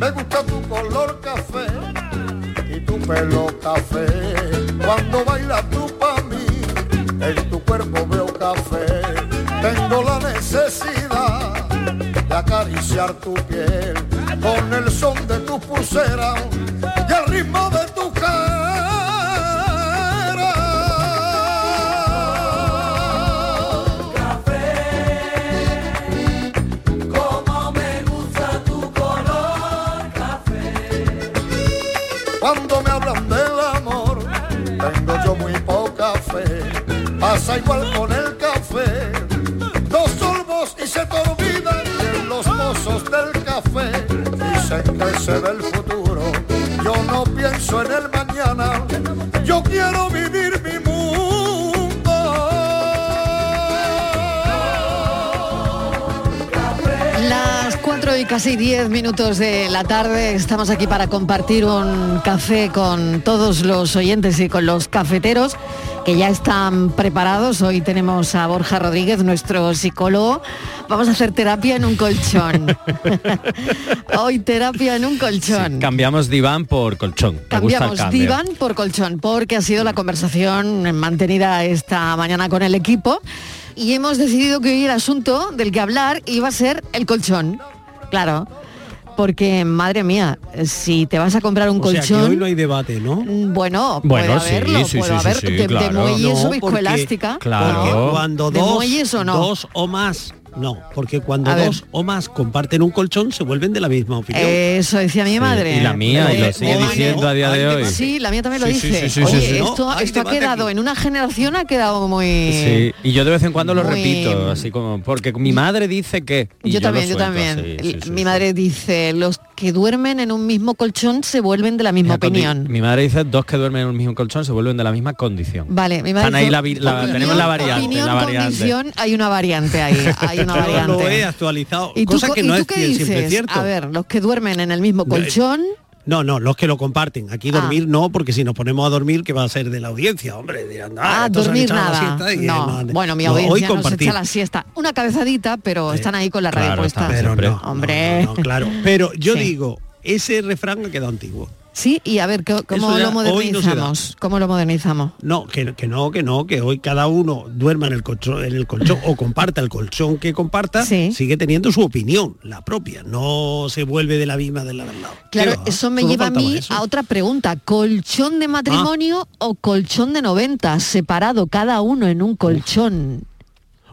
Me gusta tu color café y tu pelo café. Cuando bailas tú pa' mí, en tu cuerpo veo café. Tengo la necesidad de acariciar tu piel con el son de tu pulsera y el ritmo de tu Como me gusta tu color Cuando me hablan del amor, tengo yo muy poca fe. Pasa igual con el café. Dos sorbos y se te olvidan y en los mozos del café. Dicen que se ve el futuro. Yo no pienso en el mañana. Yo quiero vivir mi mundo. Las 4 y casi 10 minutos de la tarde estamos aquí para compartir un café con todos los oyentes y con los cafeteros que ya están preparados. Hoy tenemos a Borja Rodríguez, nuestro psicólogo. Vamos a hacer terapia en un colchón. Hoy terapia en un colchón. Cambiamos diván por colchón. Me gusta el Cambiamos cambio. diván por colchón, porque ha sido la conversación mantenida esta mañana con el equipo y hemos decidido que hoy el asunto del que hablar iba a ser el colchón. Claro, porque madre mía, si te vas a comprar un O sea, que colchón... Mm, hoy no hay debate, ¿no? Bueno, puede Bueno, sí, haberlo, sí, puede sí, sí, haber sí, de- de, claro. muelles No, o viscoelástica. porque- porque cuando ¿De dos, muelles o no? dos o más, no, porque cuando A ver. Eh, dos o más comparten un colchón se vuelven de la misma opinión. Eso decía mi madre. y la mía, y lo Eh, sigue o- diciendo a día de Ay, hoy. Sí, la mía también lo Sí, sí, dice. sí, sí, Oye, sí, sí. esto, No, hay esto ha debate quedado, en una generación ha quedado muy... Sí, y yo de vez en cuando lo Muy- repito, así como, porque mi madre dice que... y Yo, lo también, yo suelto, también. sí, sí, L- sí. Mi madre dice, los que duermen en un mismo colchón se vuelven de la misma Condi- opinión. Mi madre dice, dos que duermen en un mismo colchón se vuelven de la misma condición. Vale, mi madre Están ahí dice, la vi- la- opinión, tenemos la variante, opinión, la variante. condición, hay una variante ahí, hay una Yo variante. lo he actualizado, ¿Y tú, cosa co- que y no tú es qué cien- siempre dices? cierto. Eh, A ver, los que duermen en el mismo colchón, No, no, los que lo comparten. Aquí Ah. dormir no, porque si nos ponemos a dormir, ¿qué va a ser de la audiencia? Hombre, dirán, ah, a estos se han dormir echado la nada. siesta y, No, eh, no, bueno, mi no, hoy audiencia no se compartir. echa la siesta. Una cabezadita, pero están ahí con la radio Claro, puesta. están Pero siempre. no, Hombre. claro. Pero yo Sí. digo, ese refrán ha quedado antiguo. Sí, y a ver, ¿cómo- ¿cómo Eso ya lo hoy no se da. modernizamos? ¿Cómo lo modernizamos? No, que, que no, que no, que hoy cada uno duerma en el colchón, en el colchón o comparta el colchón que comparta, sigue teniendo su opinión, la propia, no se vuelve de la misma de la del lado. Claro, ¿Qué va? eso me Solo lleva a faltaba mí eso. Ah. a otra pregunta. ¿Colchón de matrimonio o colchón de 90? Separado cada uno en un colchón.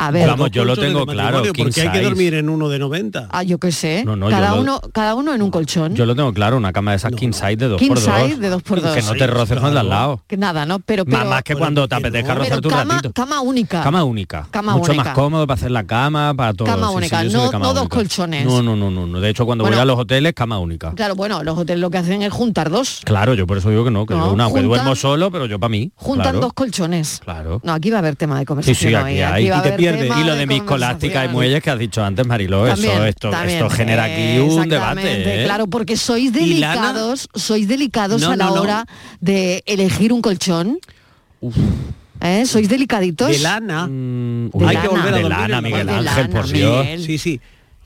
A ver. Vamos, yo lo Colchones de tengo claro, matrimonio, king porque hay que size. dormir en uno de 90. Ah, yo qué sé. No, no, yo cada, lo- uno, cada uno en un colchón. Yo lo tengo claro, una cama de esas king size de 2 King por 2 size de dos por dos. Que no te roces con el de al lado. Que nada, ¿no? Pero, pero más, más que cuando te apetezca pero rozar tu cama, ratito. cama única. Cama única. Cama Mucho única. más cómodo para hacer la cama, para todo. Cama Sí, sí, única, yo soy de no- cama no dos única. colchones. No, no, no, no, no. De hecho, cuando Bueno. voy a los hoteles, cama única. Claro, bueno, los hoteles lo que hacen es juntar dos. Claro, yo por eso digo que no, que No, yo una, aunque juntan- duermo solo, pero yo para mí. Juntan claro. dos colchones. Claro. No, aquí va a haber tema de Sí, conversación. sí, aquí hoy, hay. va a haber tema Y lo de conversación. miscolástica y muelles que has dicho antes, Mariló, eso, También, esto, también. esto genera aquí un debate. Exactamente, ¿eh? Claro, porque sois ¿Y lana? delicados, sois delicados No, a la no, no. hora de elegir un colchón. ¿Eh? ¿Sois delicaditos? Mm. De lana. de hay lana. que volver a De dormir Mm, lana, en Miguel la cama. Ángel, por Dios. Miguel. Sí, sí.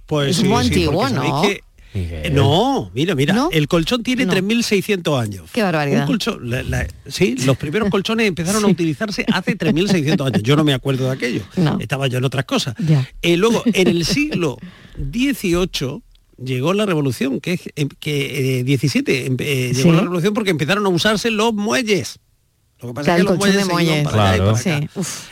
Pues Es sí, muy sí, porque antiguo, sabéis ¿no? que- Eh, No, mira, mira, el colchón tiene 3.600 años. Qué barbaridad. Un colchón, la- la- sí, los primeros colchones empezaron a utilizarse hace 3.600 años. Yo no me acuerdo de aquello. Estaba yo en otras cosas. Eh, luego, en el siglo XVIII llegó la revolución, que es em, que eh, 17 em, eh, llegó Sí. la revolución porque empezaron a usarse los muelles. Lo que pasa Claro, es el que los colchón muelles, de se iban muelles. para allá y para acá. Sí. Uf.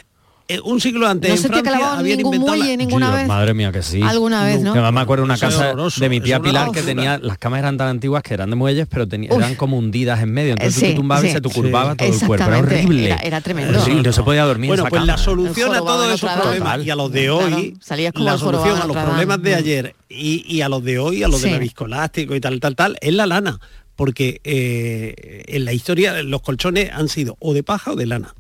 eh, un siglo antes No en se te ha Francia clavado habían ningún inventado la- muelle ninguna Dios, vez. Madre mía que sí. Alguna vez, ¿no? Mi mamá me acuerdo de una Eso es casa horroroso, de mi tía es una Pilar que basura. tenía, las camas eran tan antiguas que eran de muelles, pero teni- Uf. eran como hundidas en medio. Entonces Eh, tú sí, te tumbabas y sí. se te curvaba Sí. todo el cuerpo. Era Exactamente, horrible. era- era tremendo. Horrible, no se podía dormir Bueno, en esa pues cama. la solución El a jorobado todos de esos Notre Dame. problemas y a los de Claro, hoy, salías como la el jorobado solución de a los Notre problemas Dame. de ayer y, y a los de hoy, a los Sí. de naviscolástico y tal, tal, tal, es la lana. Porque eh, en la historia los colchones han sido o de paja o de lana.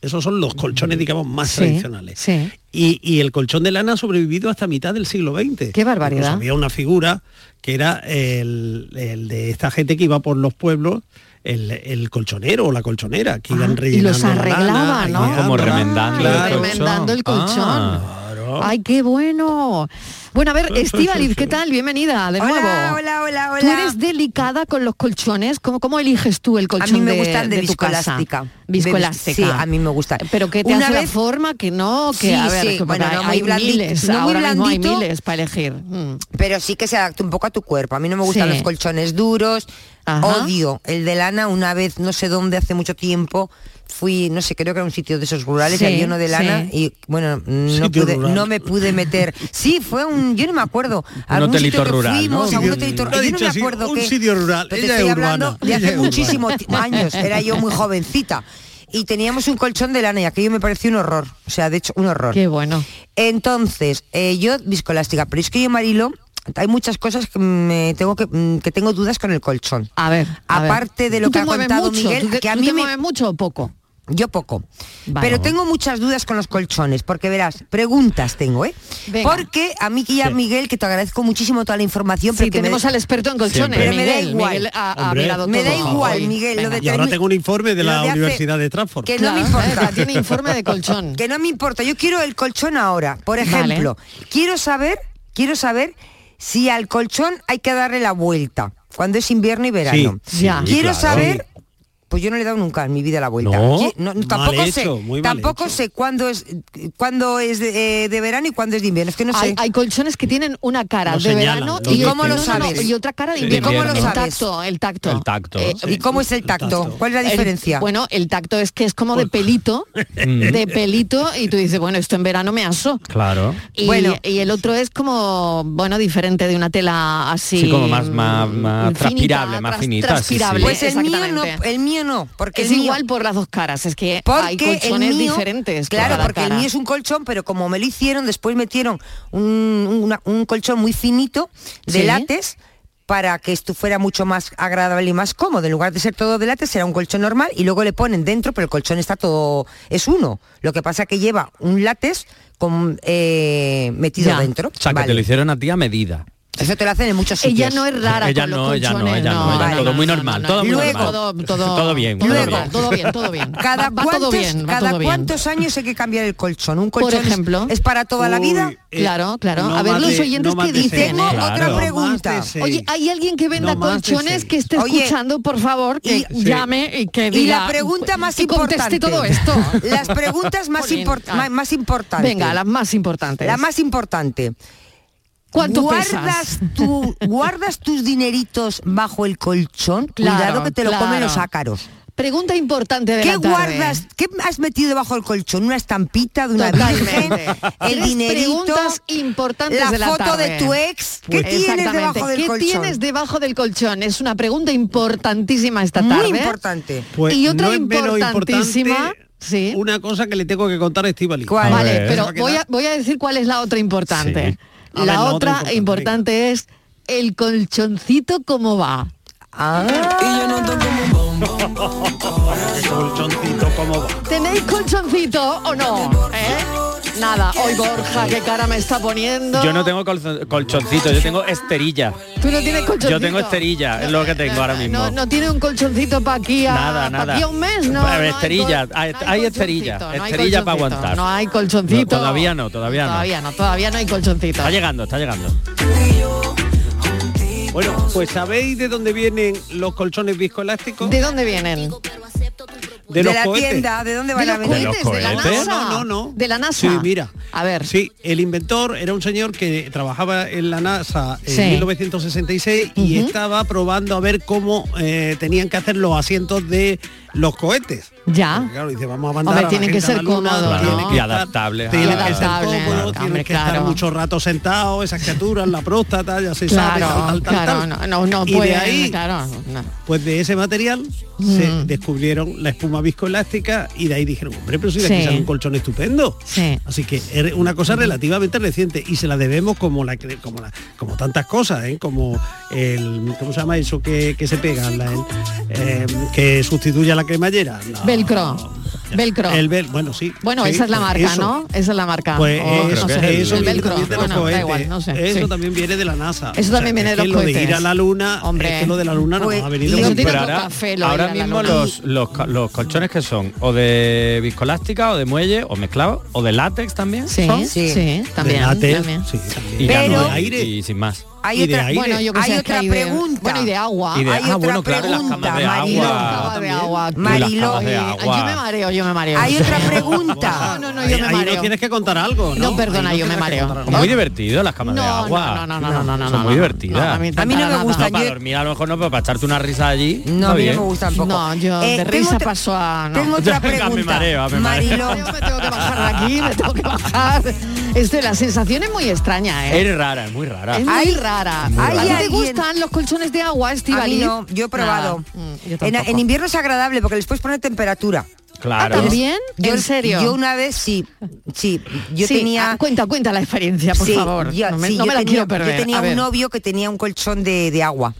Esos son los colchones, digamos, más Mm. Sí, tradicionales. sí. Y, y el colchón de lana ha sobrevivido hasta mitad del siglo XX. Qué barbaridad. Incluso había una figura que era el, el de esta gente que iba por los pueblos, el, el colchonero o la colchonera, que iban Ah, y rellenando los lana, arreglaba, ¿no? rellenando, Como ¿no? remendando Ay, Claro. remendando el colchón. Ah, Ay, qué bueno. Bueno, a ver, Estivaliz, ¿qué tal? Bienvenida de nuevo. Hola, hola, hola, hola. ¿Tú eres delicada con los colchones? ¿Cómo, cómo eliges tú el a colchón mí me de- gustan de, de tu casa? viscoelástica. De vis- Viscoelástica. Sí, a mí me gusta. Pero que te Una hace la vez- forma, que no, que Sí, a ver, sí, que bueno, hay- no muy hay blandi- miles, no muy ahora mismo hay blandito. miles para elegir. Mm. Pero sí que se adapte un poco a tu cuerpo. A mí no me gustan Sí. los colchones duros. Ajá. Odio el de lana. Una vez, no sé dónde, hace mucho tiempo, fui, no sé, creo que era un sitio de esos rurales Sí, y había uno de lana sí. y, bueno, Mm, no, Sitio pude- rural. no me pude meter. Sí, fue un, yo no me acuerdo. Algún hotelito sitio que rural, ¿no? fuimos, Un algún sitio- hotelito Lo rural. ha Yo no dicho me así, acuerdo un qué. sitio rural. Pero te Ella estoy es hablando urbana. de Ella hace es urbana. muchísimos ti- años. Era yo muy jovencita. Y teníamos un colchón de lana y aquello me pareció un horror. O sea, de hecho, un horror. Qué bueno. Entonces, eh, yo viscolástica, pero es que yo, Marilo, hay muchas cosas que me tengo que, mm, que tengo dudas con el colchón. A ver. a ver. Aparte de lo Tú te que ha mueves contado mucho, Miguel, tú te- que a tú mí te me- mueves mucho o poco. Yo poco. Vale. Pero tengo muchas dudas con los colchones, porque verás, preguntas tengo, ¿eh? Venga. Porque a mí que ya, Miguel, que te agradezco muchísimo toda la información, Sí, pero que me- tenemos al experto en colchones, Siempre. Pero me Miguel. da igual. Miguel ha, ha Hombre, mirado me da todo. igual, Hoy. Miguel, lo Venga. de Y ahora termi- tengo un informe de lo la de hace- Universidad de Stratford. que no me Claro, importa. ya tiene informe de colchón. Que no me importa, yo quiero el colchón ahora. Por Vale. ejemplo, quiero saber, quiero saber si al colchón hay que darle la vuelta cuando es invierno y verano. Sí, ya. Quiero claro. saber Pues yo no le he dado nunca en mi vida la vuelta. No, Qui- no, mal tampoco hecho, sé, muy mal tampoco hecho. sé cuándo es cuándo es de, eh, de verano y cuándo es de invierno. Es que no hay, sé. hay colchones que tienen una cara Lo de señalan, verano lo y, dicen. ¿Cómo lo no, no, no, sabes? y otra cara de Sí, invierno. ¿cómo lo el sabes? Eh, tacto, el tacto. El tacto, sí. ¿Y cómo es el el tacto? tacto. ¿Cuál es la el- diferencia? Mm. bueno, el tacto es que es como de pelito, de pelito, y tú dices, bueno, esto en verano me aso. Claro. Y, Bueno. y el otro es como, bueno, diferente de una tela así. Sí, como más- más- más finita, transpirable, más finita, sí, sí. transpirable, pues el mío no, exactamente. el mío no, porque es el mío- igual por las dos caras, es que hay Porque el colchones mío- diferentes. por Claro, cada porque el cara. mío es un colchón, pero como me lo hicieron, después metieron un, una- un colchón muy finito de Sí. látex para que esto fuera mucho más agradable y más cómodo. En lugar de ser todo de látex, era un colchón normal y luego le ponen dentro, pero el colchón está todo... es uno. Lo que pasa que lleva un látex con, eh, metido Ya. dentro. O sea, que Vale. te lo hicieron a ti a medida. Eso te lo hacen en muchos sitios. Ella no es rara Ella con no, los ella no, colchones, ella no, ella todo muy normal, todo muy Luego, normal. Todo, todo- Todo bien, todo luego. bien, todo bien, todo bien. va, Cada va cuántos, todo bien, va cada todo bien. cuántos años hay que cambiar el colchón. Un colchón es- ejemplo. es para toda la vida. Uy, eh, Claro, claro. A más ver los de- oyentes más qué de dicen, Tengo ¿eh? otra Claro. pregunta. Más de seis. Oye, ¿hay alguien que venda No más de colchones seis. que esté Oye, escuchando, por favor, que y- sí. llame y que diga... y la pregunta más y conteste importante. todo esto. Las preguntas más, Jolín, import- ah. ma- más importantes. Venga, las más importantes. La más importante. ¿Cuánto ¿Guardas, pesas? tu- ¿Guardas tus dineritos bajo el colchón? Claro, Cuidado que te lo comen claro. los ácaros. Pregunta importante de ¿Qué la tarde. guardas? ¿Qué has metido babajo el colchón? ¿Una estampita de una virgen? Totalmente. ¿El Tres dinerito? preguntas importantes la de la foto tarde. Pues, de tu ex? ¿Qué tienes Exactamente. debajo del ¿Qué colchón? tienes debajo del colchón? Es una pregunta importantísima esta tarde. Muy importante. Pues y otra no es menos importantísima. importante sí. Una cosa que le tengo que contar a Estivali. ¿Cuál? A Vale, ver. pero voy a, voy a decir cuál es la otra importante. eh, Sí. A ver, La, la otra otra, importante, importante es el colchoncito cómo va. Ah. El colchoncito, ¿cómo va? ¿Tenéis colchoncito o no? ¿Eh? Nada, hoy Borja, qué cara me está poniendo. Yo no tengo colzo- colchoncito, yo tengo esterilla. Tú no tienes colchoncito. Yo tengo esterilla, es lo que tengo ahora mismo. No, no tiene un colchoncito para aquí a, Nada, pa' nada. aquí a un mes, no. no A ver, hay esterilla, col- hay- no hay colchoncito, esterilla, no hay esterilla colchoncito, pa' aguantar. No hay colchoncito. No, todavía no, todavía no. Todavía no, todavía no hay colchoncito. Está llegando, está llegando. Bueno, pues ¿sabéis de dónde vienen los colchones viscoelásticos? ¿De dónde vienen? De, los la cohetes. tienda, ¿de dónde ¿De van a los venir? cohetes? ¿De la cohetes? NASA? No, no, no. ¿De la NASA? Sí, mira. A ver. Sí, el inventor era un señor que trabajaba en la NASA en Sí. 1966 y estaba probando a ver cómo eh, tenían que hacer los asientos de los cohetes. Ya. Porque, claro, dice, vamos a mandar Hombre, a la tienen que gente a la ser luna, cómodos, tiene ¿no? que Y estar- adaptables a- tiene que estar Adaptables, cómodo, claro, tiene hombre, que estar claro. mucho rato sentado, esas criaturas, la próstata, ya se sabe, Claro, tal, tal, claro, tal. no, no, no y pueden, de ahí, claro, no. Mm. pues de ese material se descubrieron la espuma viscoelástica y de ahí dijeron, hombre, pero si de aquí Sí. sale un colchón estupendo. Sí. Así que es una cosa relativamente reciente y se la debemos como la que- como la, como tantas cosas, ¿eh? como el ¿cómo se llama eso que, que se pega? La- el, eh, que sustituye a la cremallera. No. Velcro. Velcro. El vel, bueno, sí. Bueno, sí, esa es la pues marca, eso. ¿no? Esa es la marca. Pues O eso, no sé, eso el viene velcro. también de los Bueno, da cohetes. igual, no sé. Eso sí. también viene de la NASA. Eso también viene de los es que lo de ir cohetes. a la luna, Hombre. es que lo de la luna nos Pues, ha venido y muy eso tiene con bien. ahora, café, lo ahora de la mismo luna. los, los, ca- los colchones que son o de viscolástica o de muelle o mezclado o de látex también Sí, son, sí, Sí. también. De látex, también. sí, también. y ya Pero- no de hay, aire. y sin más Hay Y de otra, aí- Bueno, yo que Hay sé, es que otra hay de- pregunta. bueno, y de agua. y de hay ah, otra bueno claro las pregunta, camas de Y Mariló. agua agua de también. agua. Y las Mariló. camas de Yo me agua mareo, yo me mareo. Hay otra pregunta. No, no, no, yo Ahí- me ahí mareo. no tienes que contar algo, ¿no? No, perdona, Ahí yo me tienes que mareo. contar algo. muy divertido las camas no, de agua no, no, no, no, no, no, son no, muy no. divertidas No, a mí, A mí no me nada. gustan. no, para yo- dormir a lo mejor no, pero para echarte una risa allí. está No, a mí no bien. me gusta tampoco. Eh, No, yo de tengo risa otra- paso a- no. Tengo otra Venga, me pregunta. mareo, me mareo. Mariló, Yo me tengo que bajar de aquí, me tengo que bajar. Este, la sensación es muy extraña, ¿eh? Es rara, es muy rara. Es muy Hay- rara. hay ¿A ti te alguien- gustan los colchones de agua, a mí Estivali? no, yo he probado. Mm, en, en invierno es agradable porque les puedes poner temperatura. Claro. Ah, ¿también? Yo- ¿En serio? Yo una vez sí, sí, yo Sí, tenía ah, cuenta, cuenta la experiencia, por Sí, favor. yo- no me, sí, no yo me la tenía- quiero perder. Yo tenía A un ver. novio que tenía un colchón de, de agua.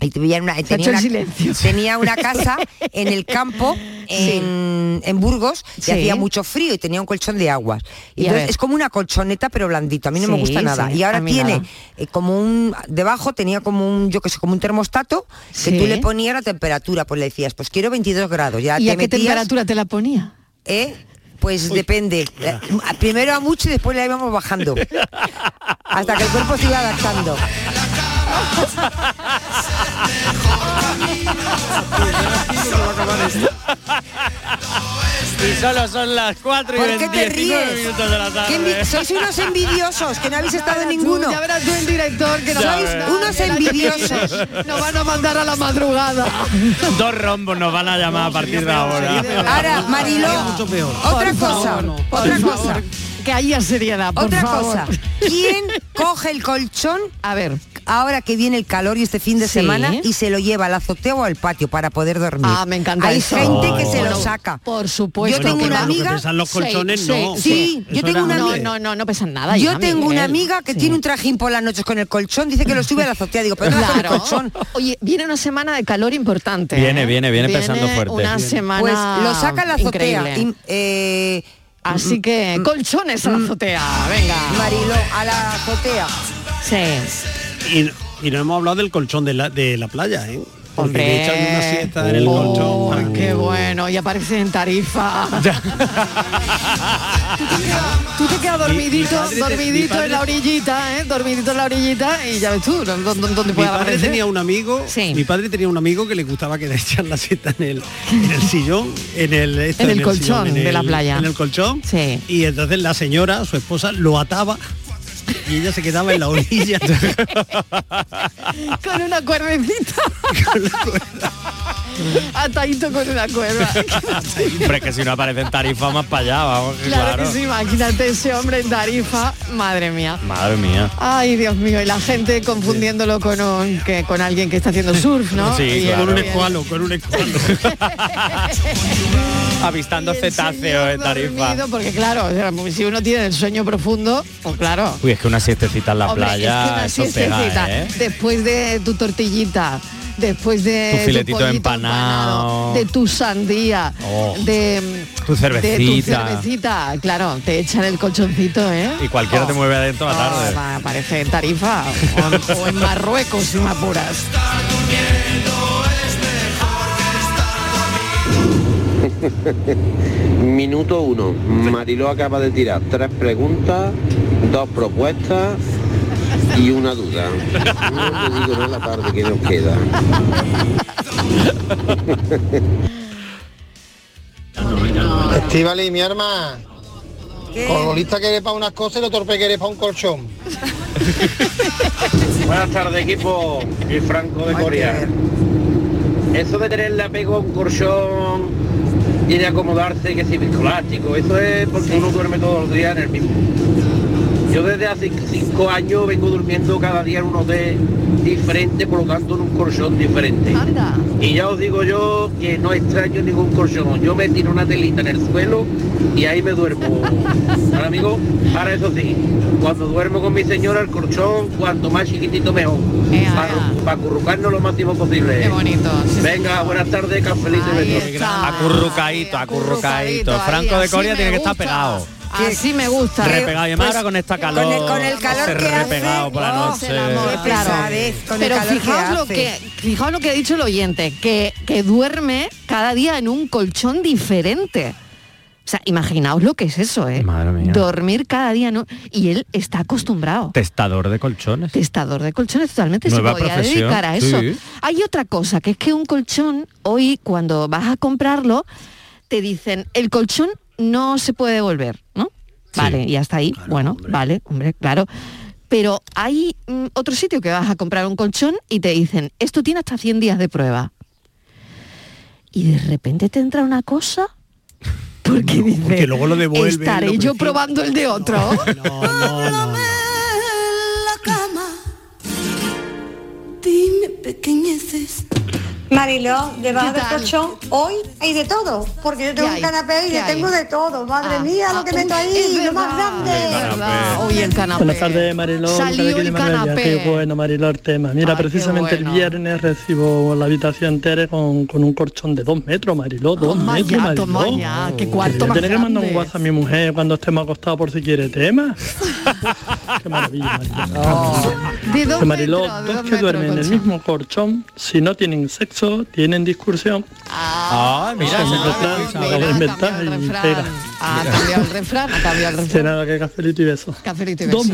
Y tenía una, ha tenía hecho el una- silencio. tenía una casa en el campo, en, en Burgos, y Sí. hacía mucho frío y tenía un colchón de aguas. Y Y a entonces ver. es como una colchoneta, pero blandito. A mí no me Sí, gusta nada. sí, y a ahora mí tiene nada. eh, como un. Debajo tenía como un, yo qué sé, como un termostato Sí. que tú le ponías la temperatura. Pues le decías, pues quiero 22 grados. Ya ¿Y te a qué metías, temperatura te la ponía? ¿eh? Pues depende. Eh, Primero a mucho y después la íbamos bajando. Hasta que el cuerpo se iba adaptando. Y solo son las 4 y ¿Por qué te 29 ríes? minutos de la ¿Qué tarde. envi- sois unos envidiosos que no habéis estado en ninguno. Ya verás tú el director que nos Ya va a verás. mandar Unos el año que envidiosos. viene. Nos van a mandar a la madrugada. Dos rombos nos van a llamar a partir de ahora. Ahora, Mariló, Sería mucho peor. otra Por cosa, favor, por otra favor, cosa, Que haya seriedad, por otra favor. cosa. ¿Quién coge el colchón A ver, ahora que viene el calor y este fin de Sí. semana y se lo lleva al azotea o al patio para poder dormir? ah, me encanta Hay eso. gente que se lo Bueno, saca. Por supuesto. Yo tengo que una va. Lo que amiga- pesan los Sí, colchones sí, no. sí. Yo Eso tengo era una un- No, amiga- no, no, no pesan nada. Yo Iván, tengo Miguel. una amiga que Sí. tiene un trajín por las noches con el colchón, dice que lo sube a la azotea, digo, pero no es el Claro. colchón. Oye, viene una semana de calor importante. Viene, ¿eh? viene, viene pesando fuerte. Una Viene. semana. Pues lo saca a la azotea. increíble. y, eh, mm, Así que colchones a la azotea, venga. Marilo, a la azotea. Sí. Y, y no hemos hablado del colchón de la, de la playa, ¿eh? Porque Hombre, te echan una siesta en el Oh, colchón. para que- qué bueno, y aparece en tarifa. Tú te quedas dormidito, padre te- mi dormidito padre- en la orillita, ¿eh? Dormidito en la orillita y ya ves tú dó- dó- dónde Mi puede padre aparecer. tenía un amigo, Sí. mi padre tenía un amigo que le gustaba que le echaran la siesta en el, en el sillón, en el, esto, En el colchón sillón, en de la el- playa. En el colchón. Sí. Y entonces la señora, su esposa, lo ataba y ella se quedaba en la orilla. Con una cuerdecita. Atadito con una cuerda. Hombre, que si no aparecen tarifas más para allá, vamos. que Claro, claro. que sí, imagínate ese hombre en tarifa, madre mía. Madre mía. Ay, Dios mío, y la gente confundiéndolo con un- que, con alguien que está haciendo surf, ¿no? Sí, Y claro. con un el- escualo, con un escualo. Avistando y el cetáceos señor en tarifa. dormido, porque claro, o sea, si uno tiene el sueño profundo, pues claro. Uy, es que una siestecita en la Hombre, es que playa, una eso pega, siestecita, ¿eh? Después de tu tortillita, después de Tu filetito pollito empanado. de tu sandía, Oh. de Tu cervecita. de tu cervecita, claro, te echan el colchoncito, ¿eh? Y cualquiera te mueve adentro a la Ah, tarde. va, parece en Tarifa o, en- o en Marruecos, si me apuras. Minuto 1. Mariló acaba de tirar tres preguntas, dos propuestas y una duda. No te digo nada la tarde que nos queda. Estivali, mi arma. Colorista que eres para unas cosas y lo torpe que eres para un colchón. Buenas tardes equipo, y Franco de Hay que ver. Eso de tenerle apego a un colchón y de acomodarse que si viscolástico, eso es porque uno duerme todos los días en el mismo. Yo desde hace cinco años vengo durmiendo cada día en un hotel diferente, por lo tanto en un colchón diferente. Y ya os digo yo que no extraño ningún colchón. Yo me tiro una telita en el suelo y ahí me duermo. Ahora amigo, ahora eso sí, cuando duermo con mi señora el colchón, cuanto más chiquitito mejor. Para acurrucarnos lo máximo posible. Qué bonito. Venga, buenas tardes, cafelito y besos. Acurrucadito, acurrucadito. Franco de Coria tiene que estar pegado. Así me gusta. ¿eh? Pues Repegado. Y además ahora con esta calor. con el- con el calor ser que hace, oh, repegado por la noche. Claro. con el Pero calor que fijaos lo hace. que fijaos lo que ha dicho el oyente, que, que duerme cada día en un colchón diferente. O sea, imaginaos lo que es eso, ¿eh? Dormir cada día no y él está acostumbrado. Testador de colchones. Testador de colchones totalmente se Nueva podía profesión, dedicar a eso. sí. Hay otra cosa, que es que un colchón hoy cuando vas a comprarlo te dicen, el colchón no se puede devolver, ¿no? Vale, y hasta ahí, bueno, vale, hombre, claro. Pero hay mm, otro sitio que vas a comprar un colchón y te dicen, esto tiene hasta 100 días de prueba. Y de repente te entra una cosa porque dice, porque luego lo devuelven, estaré lo yo prefieren". probando el de otro. la cama. Dime pequeñeces. Mariló, debajo ¿Qué del tal? colchón, hoy hay de todo, porque yo tengo ¿Qué un hay? canapé y ¿Qué yo hay? tengo de todo. Madre Ah, mía, ah, lo que uy, tengo ahí, es lo más grande. Hoy el canapé. Buenas tardes, Mariló. Salió Isabel aquí el de Marbella. canapé. Qué bueno, Mariló, el tema. Mira, Ay, qué precisamente bueno. el viernes recibo la habitación entera con, con un colchón de dos metros, Mariló. Dos Toma metros, ya, Mariló. toma ya, qué cuarto Voy a más tener que mandar un grande. WhatsApp a mi mujer cuando estemos acostados por si quiere tema. qué maravilla, Mariló. De dos Que Mariló, metros, de dos dos que metros duermen en el colchón. mismo colchón, si no tienen sexo, tienen discusión. Ah, mira, Ese es el ese refrán, refrán. lo acabo de inventar y pega. Ha cambiado el refrán, ha cambiado el Que refrán. nada, que cafelito y beso. Cafelito y besos.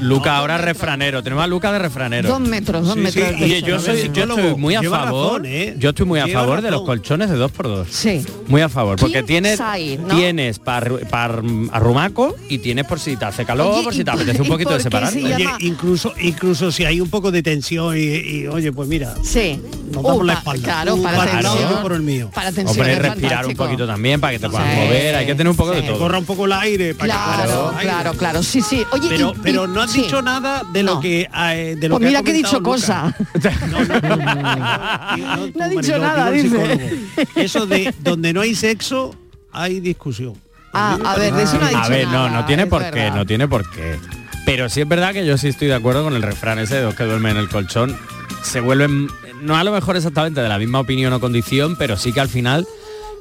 Luca ahora refranero. Tenemos a Luca de refranero. Dos metros, dos Sí, metros. sí. de Oye, yo colchón. soy, yo estoy muy a Lleva favor. razón, ¿eh? Yo estoy muy a Lleva favor de los razón. colchones de 2x2. Sí. Muy a favor, porque King tienes size, ¿no? tienes para arrumaco y tienes por si te hace calor, Oye, por ¿y si te por- apetece un y poquito de por qué separarte. se llama- Oye, incluso incluso si hay un poco de tensión y, y, oye pues mira Sí. nos damos Uh, la pa- espalda Claro, Tú para para tu lado, tensión. yo por el mío Para tensión. Hombre, es respirar un fantástico. poquito también para que te puedas Sí, mover, hay que tener un poco sí. de todo. corra un poco el aire para que Claro, corra el aire. claro, claro. Sí, sí. Oye, pero y- y- pero no has sí. dicho nada de lo No. que eh, de lo Pues que ha mira que he dicho comentado Luca. cosa. No ha dicho Mariló, nada, digo el dice. psicólogo. Eso de donde no hay sexo hay discusión. Ah, a ver, de eso no ha dicho A ver, no, nada, no tiene es por qué, verdad. no tiene por qué. Pero sí es verdad que yo sí estoy de acuerdo con el refrán ese de dos que duermen en el colchón. Se vuelven, no a lo mejor exactamente de la misma opinión o condición, pero sí que al final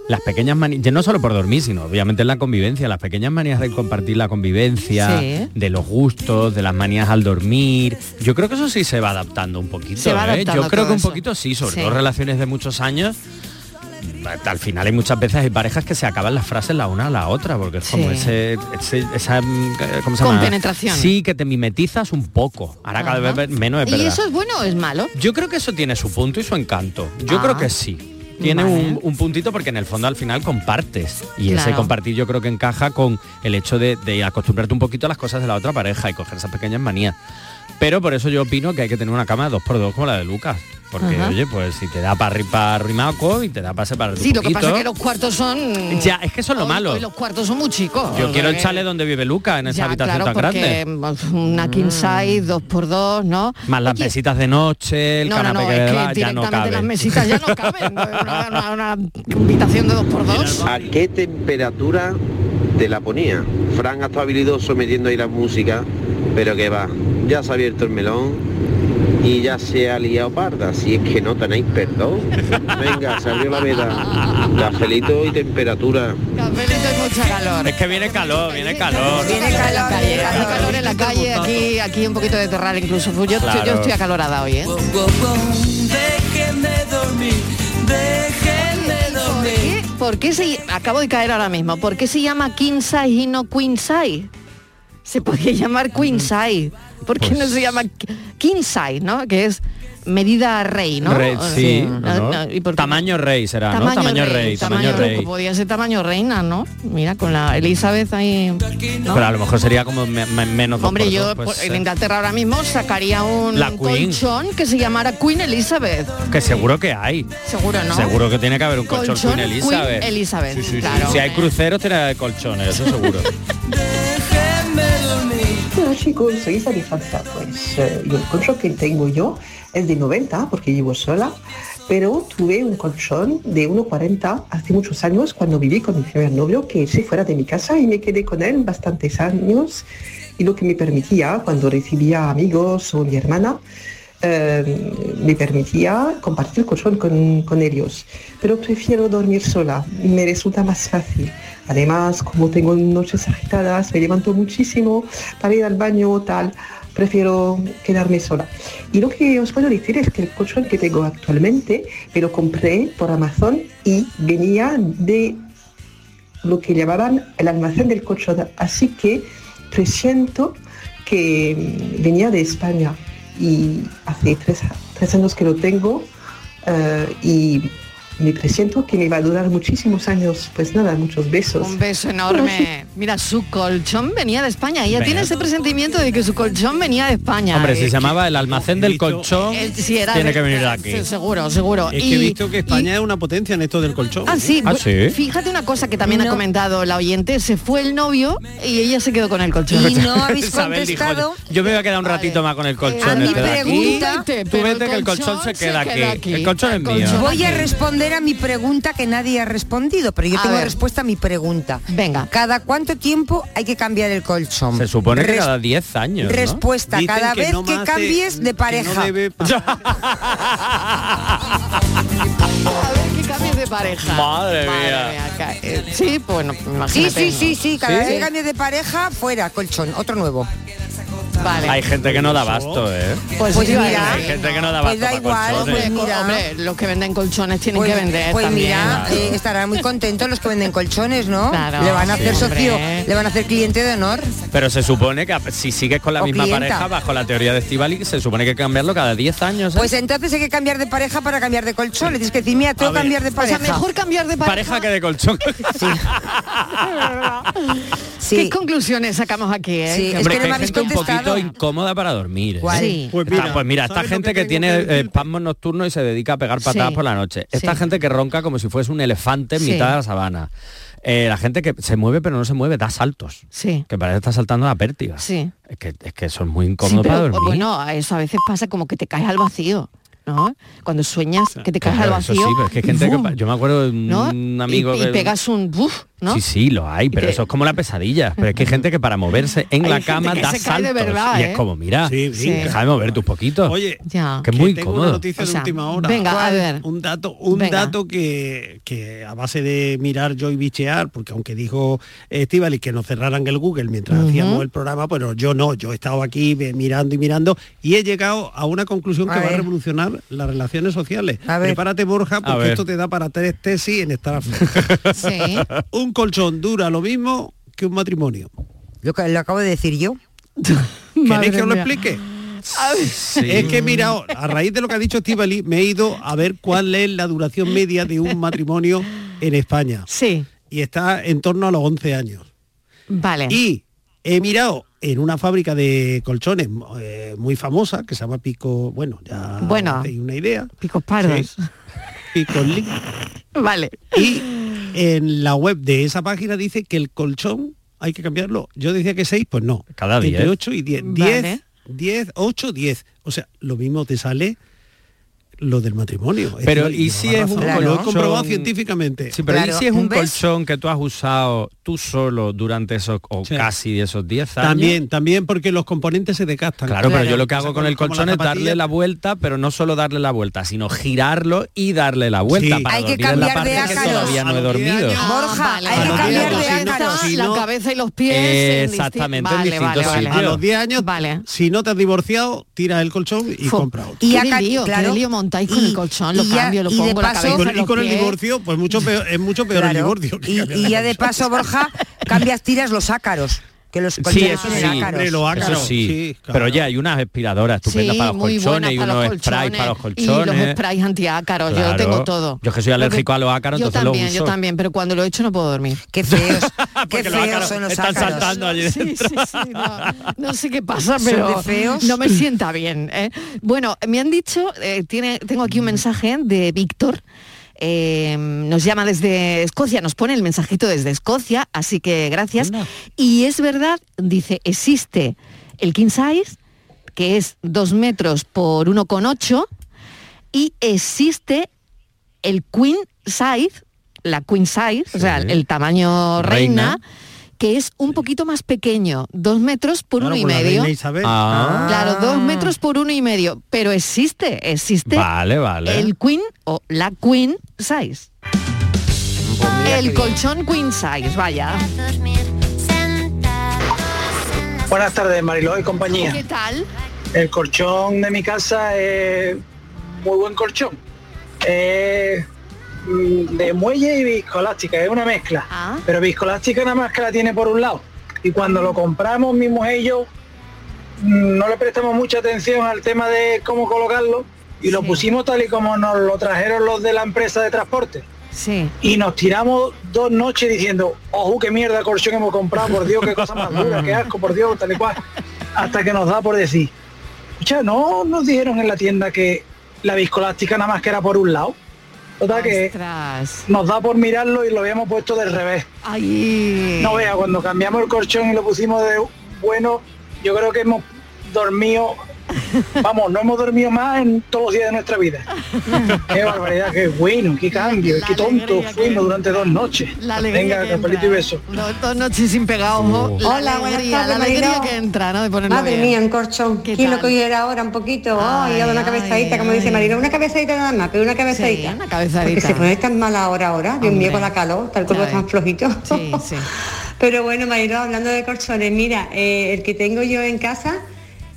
las pequeñas manías, no solo por dormir, sino obviamente en la convivencia, las pequeñas manías de compartir la convivencia, Sí. de los gustos, de las manías al dormir. Yo creo que eso sí se va adaptando un poquito. Se va ¿eh? adaptando Yo creo todo que un eso. poquito sí, sobre Sí. todo relaciones de muchos años. Al final hay muchas veces hay parejas que se acaban las frases la una a la otra, porque es como Sí. ese, ese- esa mm, ¿cómo se llama? Compenetración. Sí, que te mimetizas un poco. Ahora cada vez menos es ¿Y verdad. eso es bueno o es malo? Yo creo que eso tiene su punto y su encanto. Yo Ah. creo que sí. Tiene Vale. un, un puntito porque en el fondo al final compartes. Y ese Claro. compartir yo creo que encaja con el hecho de, de acostumbrarte un poquito a las cosas de la otra pareja y coger esas pequeñas manías. Pero por eso yo opino que hay que tener una cama de 2x2 como la de Lucas. Porque, Ajá. oye, pues si te da para arriba rimaco y te da para separar Sí, lo que pasa es que los cuartos son... Ya, es que eso es lo hoy- malo. hoy los cuartos son muy chicos. Yo quiero Eh, echarle donde vive Luca, en esa ya, habitación claro, tan grande. Mm. porque, pues, Una king size, dos por dos, ¿no? Más las mesitas de noche, el no, no, canapé no, que es le que da, ya no directamente cabe. las mesitas ya no caben. Una, una- una habitación de dos por dos. ¿A qué temperatura te la ponía? Fran ha estado habilidoso metiendo ahí la música, pero que va, ya se ha abierto el melón y ya se ha liado parda, si es que no tenéis perdón. Venga, se abrió la veda. Cafelito y temperatura. Cafelito y mucha calor. Es que viene calor, viene calor. calor, hay calor en la calle, aquí, aquí un poquito de terral incluso. Yo, estoy- Claro. yo estoy acalorada hoy, ¿eh? Déjenme dormir, déjenme dormir. ¿Por qué se acabo de caer ahora mismo? ¿Por qué se llama King Size y no Queen Size? Pues Se podría llamar Queen Size. ¿Por qué no se llama Ki- King Size, no? Que es medida rey, ¿no? Rey, O- sí, No, ¿no? no, y por- Tamaño rey será, ¿no? Tamaño rey, tamaño rey. Podía ser tamaño reina, ¿no? Mira, con la Elizabeth ahí. ¿no? Pero a lo mejor sería como me- me- menos dos Hombre, por yo dos, pues, por- en eh, Inglaterra ahora mismo sacaría un La Queen. colchón que se llamara Queen Elizabeth. que seguro que hay. Seguro, ¿no? Seguro que tiene que haber un colchón, Colchón Queen Elizabeth. Queen Elizabeth, Sí, sí, sí. claro. Si hay cruceros tiene que haber colchones, eso seguro. Hola chicos, soy Sarifanza. Pues eh, yo el colchón que tengo yo es de 90 porque vivo sola, pero tuve un colchón de 1,40 hace muchos años cuando viví con mi primer novio que eché fuera de mi casa y me quedé con él bastantes años y lo que me permitía cuando recibía amigos o mi hermana eh, me permitía compartir el colchón con, con ellos, pero prefiero dormir sola, me resulta más fácil. Además, como tengo noches agitadas, me levanto muchísimo para ir al baño o tal, prefiero quedarme sola. Y lo que os puedo decir es que el colchón que tengo actualmente me lo compré por Amazon y venía de lo que llamaban el almacén del colchón. Así que presiento que mm, venía de España y hace tres, tres años que lo tengo eh, y me presiento que me va a durar muchísimos años. Pues nada, muchos besos. Un beso enorme. Mira, su colchón venía de España. Ella Venga. tiene ese presentimiento de que su colchón venía de España. Hombre, si Eh, se llamaba el almacén del colchón, eh, si era tiene de- que venir de aquí. sí, seguro, seguro. Es Y- que he visto que España es una potencia en esto del colchón. Ah, sí. ¿eh? bu- Fíjate una cosa que también ha comentado la oyente. Se fue el novio y ella se quedó con el colchón. Isabel dijo, yo me voy a quedar un ratito más con el colchón. mi este de aquí. pregunta- tú pero el vete que el colchón se queda, aquí. El colchón es mío. Voy a responder a mi pregunta que nadie ha respondido, pero yo A tengo ver. respuesta a mi pregunta. Venga. ¿Cada cuánto tiempo hay que cambiar el colchón? Se supone que Res- cada 10 años. ¿no? Respuesta, Dicen cada que vez no que más de- cambies de pareja. Que cambies de pareja. Madre mía. ca- eh, Sí, bueno, Sí, imagínate. sí, sí, sí, cada ¿Sí? vez que cambies de pareja, fuera, colchón, otro nuevo. Vale. Hay gente que no da basto, ¿eh? Pues Pues sí, mira, hay gente que no da Pues basto. para Hombre, colchones. co- hombre, los que venden colchones tienen que vender Pues también. mira, eh, estarán muy contentos los que venden colchones, ¿no? le van a sí, hacer hombre. socio, le van a hacer cliente de honor. Pero se supone que a- si sigues con la O misma clienta. pareja, bajo la teoría de Estivali, se supone que hay que cambiarlo cada 10 años. ¿eh? Pues entonces hay que cambiar de pareja para cambiar de colchón. Le tienes que decir, mira, tengo A que ver. cambiar de O sea, pareja. mejor cambiar de pareja que de colchón. ¿Qué conclusiones sacamos aquí? eh? Que- Hombre, que hay gente un poquito incómoda para dormir. ¿eh? ¿Cuál? Sí. Pues mira, pues mira esta gente que, tiene eh, espasmos nocturnos y se dedica a pegar patadas Sí. por la noche. Esta Sí. gente que ronca como si fuese un elefante en Sí. mitad de la sabana. Eh, la gente que se mueve pero no se mueve, da saltos. Sí. Que parece que está saltando una pértiga. Sí. Es que, es que son muy Sí, incómodos pero, oh, para dormir. Bueno, a eso a veces pasa como que te caes al vacío, ¿no? Cuando sueñas que te caes al Claro, vacío. eso sí, pero es que hay gente que, pa- yo me acuerdo de un ¿no? amigo y, y que- pegas un buf, ¿no? Sí, sí, lo hay, pero eso es como la pesadilla. Pero es que hay gente que para moverse en Hay la gente cama que da se cae de saltos. verdad, y ¿eh? es como, mira, Sí, sí. deja de moverte un poquito. Oye, Ya. que es muy tengo una incómodo. noticia O de sea, última hora. venga, a ver. Un dato, un Venga. dato que, que a base de mirar yo y bichear, porque aunque dijo Estivalis que nos cerraran el Google mientras Ujú. hacíamos el programa, pero yo no, yo he estado aquí ve- mirando y mirando y he llegado a una conclusión A que va a ver. revolucionar las relaciones sociales. A ver. Prepárate, Borja, porque ver. esto te da para tres tesis en Starfield. Sí. Un colchón dura lo mismo que un matrimonio. Lo, que- lo acabo de decir yo. ¿Queréis Madre que os lo mía. explique? Es que he mirado, a raíz de lo que ha dicho Estivali, me he ido a ver cuál es la duración media de un matrimonio en España. Sí. Y está en torno a los 11 años. Vale. Y he mirado en una fábrica de colchones eh, muy famosa, que se llama Pico, bueno, ya Bueno. hacéis una idea. Picos pardos. Sí. Pico Link. Vale. Y en la web de esa página dice que el colchón hay que cambiarlo. Yo decía que 6, pues no. Cada Entre 10. 8 y 10. Vale. 10, 10, 8, 10. O sea, lo mismo te sale lo del matrimonio. Pero, Estoy- ¿y lleva si es razón, un Lo he colchón- comprobado científicamente. Sí, pero ¿y si es un colchón que tú has usado tú solo durante esos o casi esos 10 años. También, también porque los componentes se desgastan. Claro, pero yo lo que hago con el colchón es darle la la vuelta, pero no solo darle la vuelta, sino girarlo y darle la vuelta Sí. para Hay que dormir en la cambiar de parte que ácaros. todavía no he dormido. Borja, hay que cambiar de la, ácaros. Si no- cabeza y los pies. en disti- Exactamente, en Vale, distintos vale, sitios. vale. A los 10 años, si no te has divorciado, tira el colchón y compra otro. Y qué de lío, qué de lío montáis con el colchón, lo y ya- cambio, lo y de pongo la paso- cabeza, y con, y los con el pies. divorcio, pues mucho peor, es mucho peor Claro. el divorcio. que Y, cambiar y de ya de colchón. paso, Borja, cambias, tiras los ácaros. que los Sí, colchones eso tienen sí, ácaros. eso sí. Pero ya hay unas aspiradoras estupendas Sí, para los muy buenas colchones y para los unos sprays colchones, para los Y los colchones. sprays antiácaros, yo Claro. lo tengo todo. Yo que soy Lo alérgico a los ácaros, Yo entonces los también, yo uso. también, pero cuando lo he hecho no puedo dormir. Qué feos, qué los feos ácaros son los están ácaros. saltando allí dentro. no sé qué pasa, Son pero de feos. no me sienta bien. ¿eh? Bueno, me han dicho, eh, tiene, tengo aquí un mensaje de Víctor. eh, nos llama desde Escocia, nos pone el mensajito desde Escocia, así que gracias. Y es verdad, dice, existe el king size, que es 2 metros por 1,8, y existe el queen size, la queen size, o sea, el tamaño reina, Reina. que es un poquito más pequeño, dos metros por uno Claro, y con la medio. reina Isabel. Ah. Claro, dos metros por uno y medio. Pero existe, existe Vale, vale. el queen o la queen size. el colchón queen size, vaya. Buenas tardes, Mariló y compañía. ¿Qué tal? El colchón de mi casa es muy buen Eh, colchón. Es mm, de muelle y viscoelástica, es una mezcla. Pero viscoelástica nada más que la tiene por un lado. Y cuando lo compramos, mi mujer y yo, mm, no le prestamos mucha atención al tema de cómo colocarlo y lo pusimos tal y como nos lo trajeron los de la empresa de transporte. Sí. Y nos tiramos dos noches diciendo, ojo, qué mierda de colchón hemos comprado, por Dios, qué cosa más dura, qué asco, por Dios, tal y cual. Hasta que nos da por decir, escucha, no nos dijeron en la tienda que la viscolástica nada más que era por un lado. Total que nos da por mirarlo y lo habíamos puesto del revés. No vea, cuando cambiamos el colchón y lo pusimos de bueno, yo creo que hemos dormido, vamos, no hemos dormido más en todos los días de nuestra vida. qué barbaridad, qué bueno, qué cambio, qué tonto fuimos durante dos noches. La alegría Venga, que cafelito y beso. Oh. No, dos noches sin pegar ojo. La Hola, buenas alegría, tardes, La alegría Mariló. que entra, ¿no? De ponerlo Madre bien. mía, un colchón. ¿Quién tal? lo cogiera ahora un poquito? Ay, ya da una cabezadita, como dice Marina, una cabezadita nada más, pero una cabezadita. una cabezadita. Porque se pone tan mala ahora, ahora, Dios mío, con la calor, tal cuerpo tan flojito. pero bueno, Marina, hablando de colchones, mira, eh, el que tengo yo en casa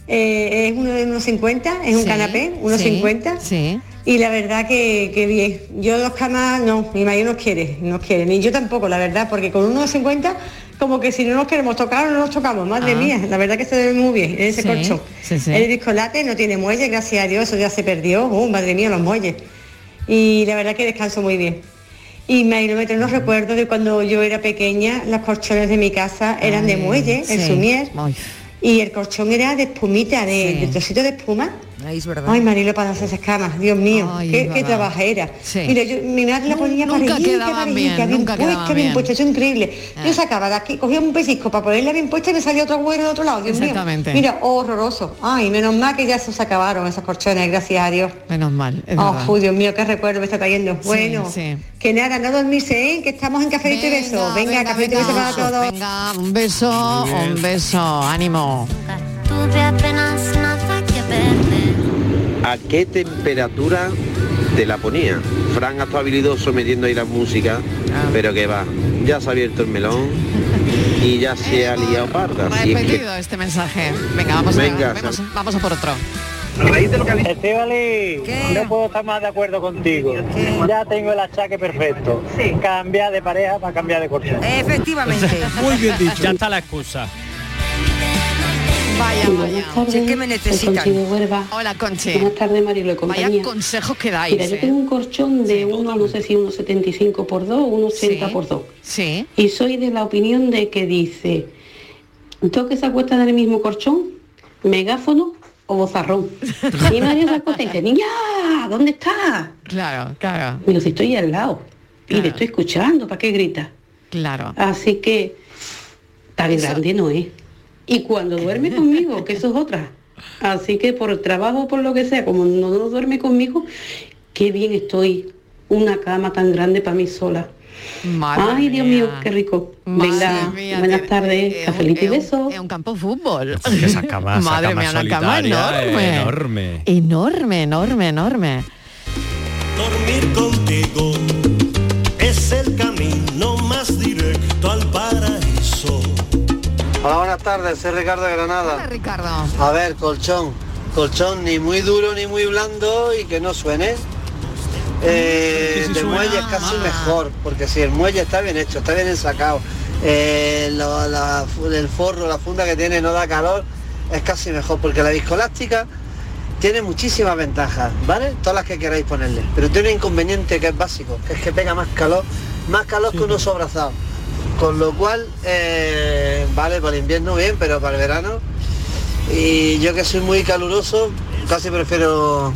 eh, es uno de unos 50, es un Sí, canapé, unos sí, 50. Sí. Y la verdad que, que bien. Yo los camas no, mi marido no quiere, no quiere, ni yo tampoco, la verdad, porque con unos 50 como que si no nos queremos tocar, no nos tocamos, madre Ah. mía, la verdad que se ve muy bien en ese Sí, colchón. sí, sí. El biscolate no tiene muelle, gracias a Dios, eso ya se perdió, oh, madre mía, los muelles. Y la verdad que descanso muy bien. Y me me traen los recuerdos de cuando yo era pequeña, los colchones de mi casa eran de Ay, muelle, el sí. sumier, Ay, y el colchón era de espumita, de, de trocito de espuma. Ahí es verdad. Ay, Marilo, para hacer esas camas, Dios mío, Ay, qué, es qué verdad. trabajera. Sí. Mira, yo, mi madre la Nu- ponía nunca parejita, quedaban parejita, bien, nunca puesta, quedaban bien, bien. puesta, eso es increíble. Yo sacaba de aquí, cogía un pellizco para ponerla bien puesta y me salía otro agujero de otro lado, Dios mío. Exactamente. Mira, horroroso. Ay, menos mal que ya se os acabaron esos colchones, gracias a Dios. Menos mal. es Oh, verdad. ju, Dios mío, qué recuerdo me está trayendo. Sí, Bueno, sí. que nada, no dormirse, ¿eh? que estamos en Café y Beso. Venga, Café y Beso para todos. Venga, un beso, Muy bien. un beso, ánimo. Tuve apenas nada que perder. ¿A qué temperatura te la ponía? Fran ha estado habilidoso metiendo ahí la música, Ah. pero que va, ya se ha abierto el melón y ya se ha liado parda. si es que- Repetido este mensaje. Venga, vamos a, Venga, vamos, vamos a por otro. Estivali, Este no puedo estar más de acuerdo contigo. Ya tengo el achaque perfecto. Cambiar de pareja para cambiar de colchón. Efectivamente. Muy bien dicho. Ya está la excusa. ¿Ah, Vaya, vaya. Si es que me necesitan. Conchi de Huelva. Hola, Conchi. Buenas tardes, Marilo y compañía. Vaya consejos que dais. Mira, yo ¿eh? tengo un colchón de uno, no sé si 1,75 por 2 o 1,80 Sí. por 2. Sí. Y soy de la opinión de que dice, dos que se acuestan en el mismo colchón, megáfono o bozarrón. Y nadie se acuesta y dice, niña, ¿dónde estás? Claro, claro. Digo, si estoy al lado y le estoy escuchando, ¿para qué grita? Claro. Así que tan grande no es. Y cuando duerme conmigo, que eso es otra. Así que por trabajo, por lo que sea, como no, no duerme conmigo, qué bien estoy. Una cama tan grande para mí sola. Ay, Dios mío, qué rico. Madre Venga, mía, buenas tiene- eh, tardes, cafelito y beso. Es un campo de fútbol. Esa cama, esa Madre cama mía, una cama solitaria, enorme. eh, enorme. Enorme, enorme, enorme. Dormir contigo es el camino más directo al paraíso. Hola, buenas tardes, soy Ricardo de Granada. Ricardo. A ver, colchón. Colchón ni muy duro ni muy blando y que no suene. Eh, si de suena, muelle es casi mejor, porque si el muelle está bien hecho, está bien ensacado, eh, lo- la- el forro, la funda que tiene no da calor, es casi mejor, porque la viscoelástica tiene muchísimas ventajas, ¿vale? Todas las que queráis ponerle. Pero tiene un inconveniente que es básico, que es que pega más calor, más calor que un oso abrazado. Con lo cual, eh, vale, para el invierno bien, pero para el verano. Y yo que soy muy caluroso, casi prefiero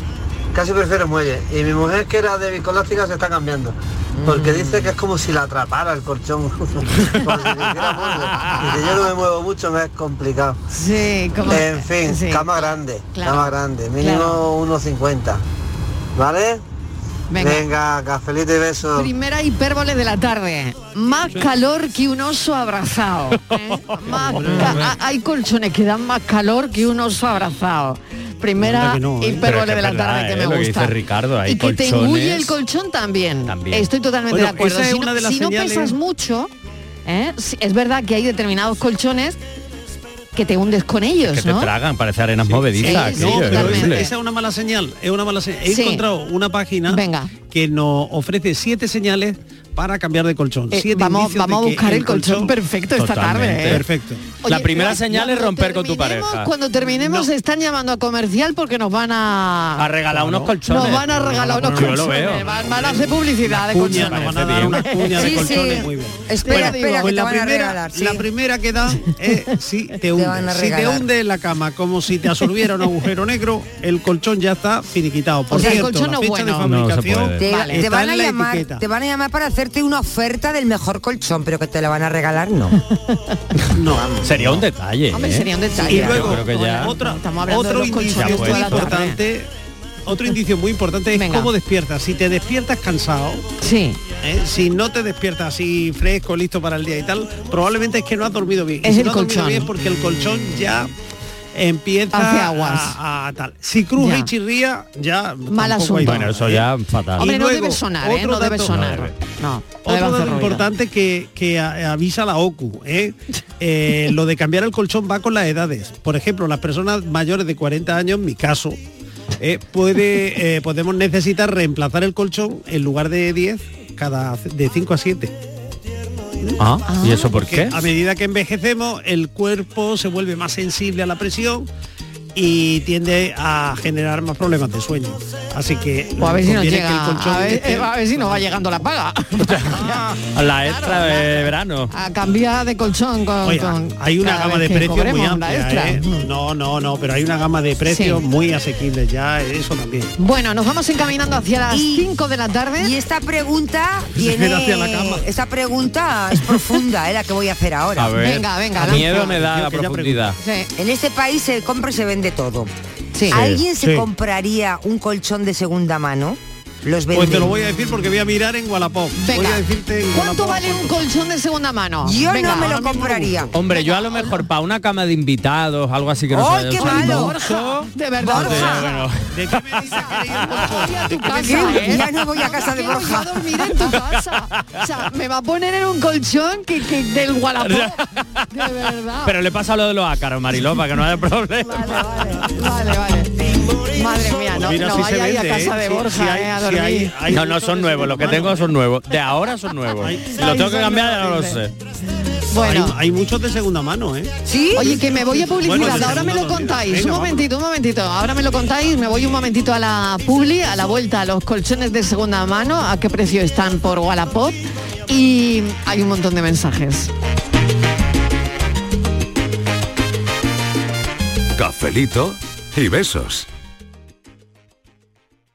casi prefiero muelle. Y mi mujer que era de viscolástica se está cambiando. Porque Mm. dice que es como si la atrapara el colchón. como si le hiciera muelle. Dice, yo no me muevo mucho, me es complicado. Sí, como- En fin, sí. cama grande, Claro, cama grande, mínimo claro. 1,50. ¿Vale? Venga. Venga, cafelito y besos. Primera hipérbole de la tarde. Más calor que un oso abrazado. ¿eh? Más ca- hay colchones que dan más calor que un oso abrazado. Primera Anda que no, ¿eh? Pero es que hipérbole es de la verdad, tarde que ¿eh? me Lo que gusta. dice Ricardo, hay y que te engulle el colchones- colchón también. También. Estoy totalmente Bueno, de acuerdo. esa es si no, una de las si no señales- pesas mucho, ¿eh? Si- es verdad que hay determinados colchones que te hundes con ellos, Que te ¿no? tragan, parece arenas movedizas. No, aquello, es pero horrible. esa es una mala señal. Es una mala señal. He Sí. encontrado una página Venga. que nos ofrece siete señales para cambiar de colchón. Eh, Siete vamos- indicios de vamos a que buscar el colchón perfecto esta tarde, Totalmente. ¿eh? Perfecto. Oye, pero cuando terminemos- Ah. Cuando terminemos están llamando a comercial porque nos van a... Ha regalado unos colchones. Nos van a regalar unos Yo colchones. lo veo. Van, van a hacer publicidad de cuña, colchones. nos van a dar una cuña de Sí, sí. colchones, muy bien. Espera, Bueno, espera, pues que te la van a primera- regalar, sí. La primera que da es si te van a hunde. Si te regalar. hunde en la cama como si te absorbiera un agujero negro, el colchón ya está finiquitado. Por sea, el cierto, colchón la no es fecha de bueno. No se fabricación Te, está te van a en la llamar, etiqueta. te van a llamar para hacerte una oferta del mejor colchón, pero que te la van a regalar, no. No, sería un detalle. Hombre, ¿eh? sería un detalle. Y Yo luego, creo que ya- otra, otro indicio muy importante otro indicio muy importante es cómo despiertas si te despiertas cansado sí ¿eh? si no te despiertas así fresco listo para el día y tal probablemente es que no has dormido bien Y Es si el no has dormido colchón. bien es porque el colchón ya empieza Hace aguas. A, a tal si cruje Ya. y chirría ya Mal tampoco hay ¿eh? asunto. Bueno, eso ya fatal. Hombre, Y no luego, debe sonar, ¿eh? otro No debe dato- sonar. No No, no debe otro hacer dato ruido. importante que, que a- avisa la OCU, ¿eh? Eh, lo de cambiar el colchón va con las edades. Por ejemplo, las personas mayores de 40 años, en mi caso, eh, puede, eh, podemos necesitar reemplazar el colchón en lugar de 10 cada de 5 a 7. Ah, ¿y eso por Porque qué? a medida que envejecemos, el cuerpo se vuelve más sensible a la presión y tiende a generar más problemas de sueño. Así que O Pues a ver si nos conviene que el llega, colchón a ver, esté- eh, a ver si nos va llegando la paga. La extra de verano. A cambiar de colchón Ah, con... Oiga, con- hay una cada gama vez de que precios muy cobremos la extra. amplia, ¿eh? No, no, no, pero hay una gama de precios Sí. muy asequibles ya, eso también. Bueno, nos vamos encaminando hacia las 5 de la tarde. Y esta pregunta Ven hacia la cama. Tiene, esa pregunta es profunda, es la que voy a hacer ahora. A ver, Miedo me da la profundidad. En este país se compra y se vende todo. Sí. ¿Alguien se Sí. compraría un colchón de segunda mano? Los Pues te venden. lo voy a decir porque voy a mirar en Wallapop. Voy Venga. a decirte en ¿Cuánto Wallapop. vale un colchón de segunda mano? Yo Venga, no me lo ahora mismo compraría. Hombre, yo a lo mejor para una cama de invitados, algo así que no ¡Ay, sea- ¡Oh, qué Sí, malo! no. Borja, de verdad. Sí, Borja. bueno. tu casa, ¿Qué? ¿eh? Ya no voy a casa de Quiero yo Borja. dormir en tu casa. O sea, me va a poner en un colchón que, que del Wallapop. De verdad. Pero le pasa lo de los ácaros, Mariló, para que no haya problema. Vale, vale. Madre mía, no, Mira no si se vaya ahí a vende, casa ¿eh? de Sí, Borja sí hay- eh, a sí dormir. hay- hay no, no son nuevos, los que tengo son nuevos. De ahora son nuevos. Si los tengo que cambiar, ya no lo sé. Bueno. Hay, hay muchos de segunda mano, ¿eh? Sí. Oye, que me voy a publicidad, Bueno, de ahora me lo segundo, contáis. venga, un vamos. momentito, un momentito. Ahora me lo contáis, me voy un momentito a la publi, a la vuelta a los colchones de segunda mano, a qué precio están por Wallapop. Y hay un montón de mensajes. Cafelito y besos.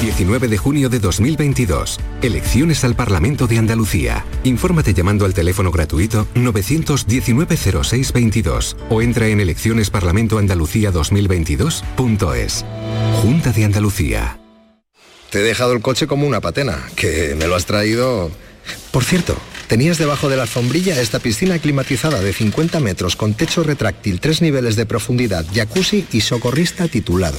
19 de junio de 2022. Elecciones al Parlamento de Andalucía. Infórmate llamando al teléfono gratuito 919-0622 o entra en eleccionesparlamentoandalucía2022.es. Junta de Andalucía. Te he dejado el coche como una patena, que me lo has traído... Por cierto, tenías debajo de la alfombrilla esta piscina climatizada de 50 metros con techo retráctil, tres niveles de profundidad, jacuzzi y socorrista titulado.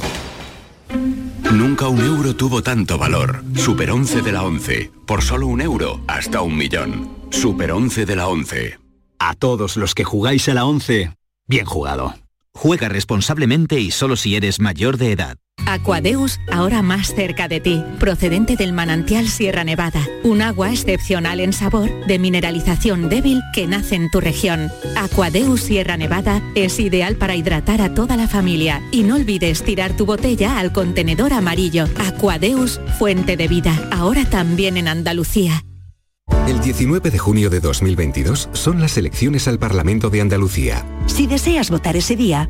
Nunca un euro tuvo tanto valor. Super 11 de la 11. Por solo un euro, hasta un millón. Super 11 de la 11. A todos los que jugáis a la 11, bien jugado. Juega responsablemente y solo si eres mayor de edad. Aquadeus, ahora más cerca de ti, procedente del manantial Sierra Nevada, un agua excepcional en sabor, de mineralización débil que nace en tu región. Aquadeus Sierra Nevada es ideal para hidratar a toda la familia y no olvides tirar tu botella al contenedor amarillo. Aquadeus, fuente de vida, ahora también en Andalucía. El 19 de junio de 2022 son las elecciones al Parlamento de Andalucía. Si deseas votar ese día,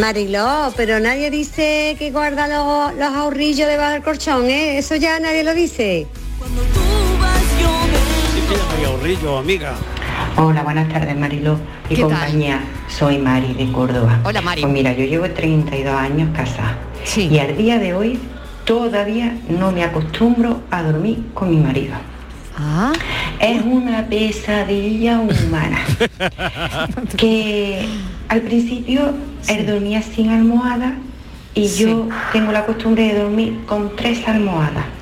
Mariló, pero nadie dice que guarda los, los ahorrillos debajo del colchón, ¿eh? Eso ya nadie lo dice. Ahorrillo, amiga. Hola, buenas tardes Mariló y ¿Qué tal? compañía. Soy Mari de Córdoba. Hola, Mari. Pues mira, yo llevo 32 años casada. Y al día de hoy todavía no me acostumbro a dormir con mi marido. Ah. Es una pesadilla humana. que al principio él dormía sin almohada y yo tengo la costumbre de dormir con tres almohadas.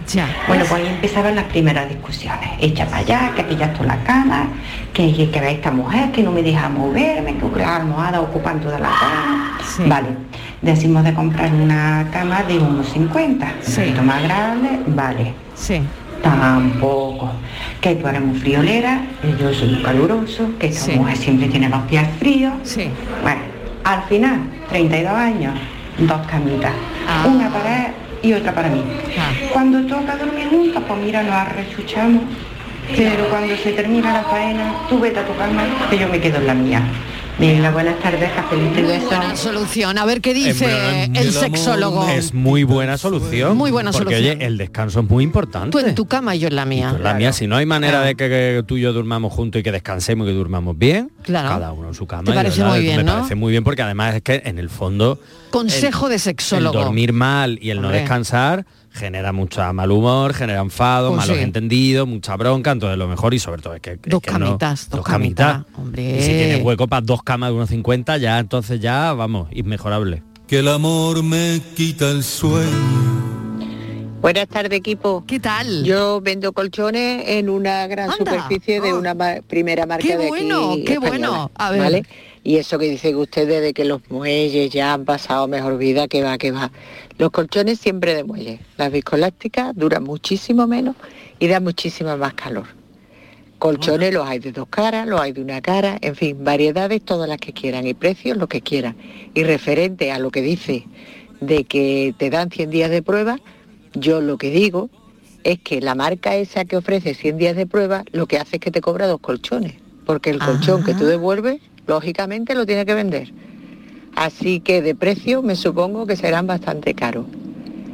Bueno, pues ahí empezaban las primeras discusiones. Echa para allá, que pillas tú la cama, que, que, que ve esta mujer, que no me deja moverme, que las almohadas ocupan toda la cama. Vale, decimos de comprar una cama de 1,50. Un poquito más grande, vale. Tampoco. Que tú eres muy friolera, que yo soy muy caluroso, que esta mujer siempre tiene los pies fríos. Bueno, al final, 32 años, dos camitas. Una para él y otra para mí. Ah. Cuando toca dormir juntos, pues mira, nos arrechuchamos. Pero cuando se termina la faena, tú vete a tu cama, que yo me quedo en la mía. Venga, buenas tardes, cafelito y Muy besos. buena solución. A ver qué dice el sexólogo. Es muy buena solución. Muy buena porque, solución. oye, el descanso es muy importante. Tú en tu cama y yo en la mía. La mía, si no hay manera de que, que tú y yo durmamos juntos y que descansemos y que durmamos bien, Claro. cada uno en su cama. Te y parece de verdad, muy bien, me ¿no? parece muy bien porque además es que en el fondo Consejo de el sexólogo. dormir mal y el no Hombre. descansar genera mucha mal humor, genera enfado, Pues malos sí. entendidos, mucha bronca, entonces lo mejor y sobre todo es que... es Dos que no- camitas, dos dos camitas. hombre. Y si tienes hueco para dos camas de unos 50, ya entonces ya, vamos, inmejorable. Que el amor me quita el sueño. Buenas tardes, equipo. ¿Qué tal? Yo vendo colchones en una gran superficie de una ma- primera marca Qué de aquí bueno, qué española, bueno. A ver. ¿vale? Y eso que dice que ustedes de que los muelles ya han pasado mejor vida, que va, que va. Los colchones siempre de muelle. Las viscolácticas duran muchísimo menos y dan muchísima más calor. Colchones los hay de dos caras, los hay de una cara, en fin, variedades todas las que quieran y precios los que quieran. Y referente a lo que dice de que te dan 100 días de prueba, yo lo que digo es que la marca esa que ofrece 100 días de prueba lo que hace es que te cobra dos colchones, porque el colchón que tú devuelves, lógicamente lo tiene que vender. Así que de precio me supongo que serán bastante caros.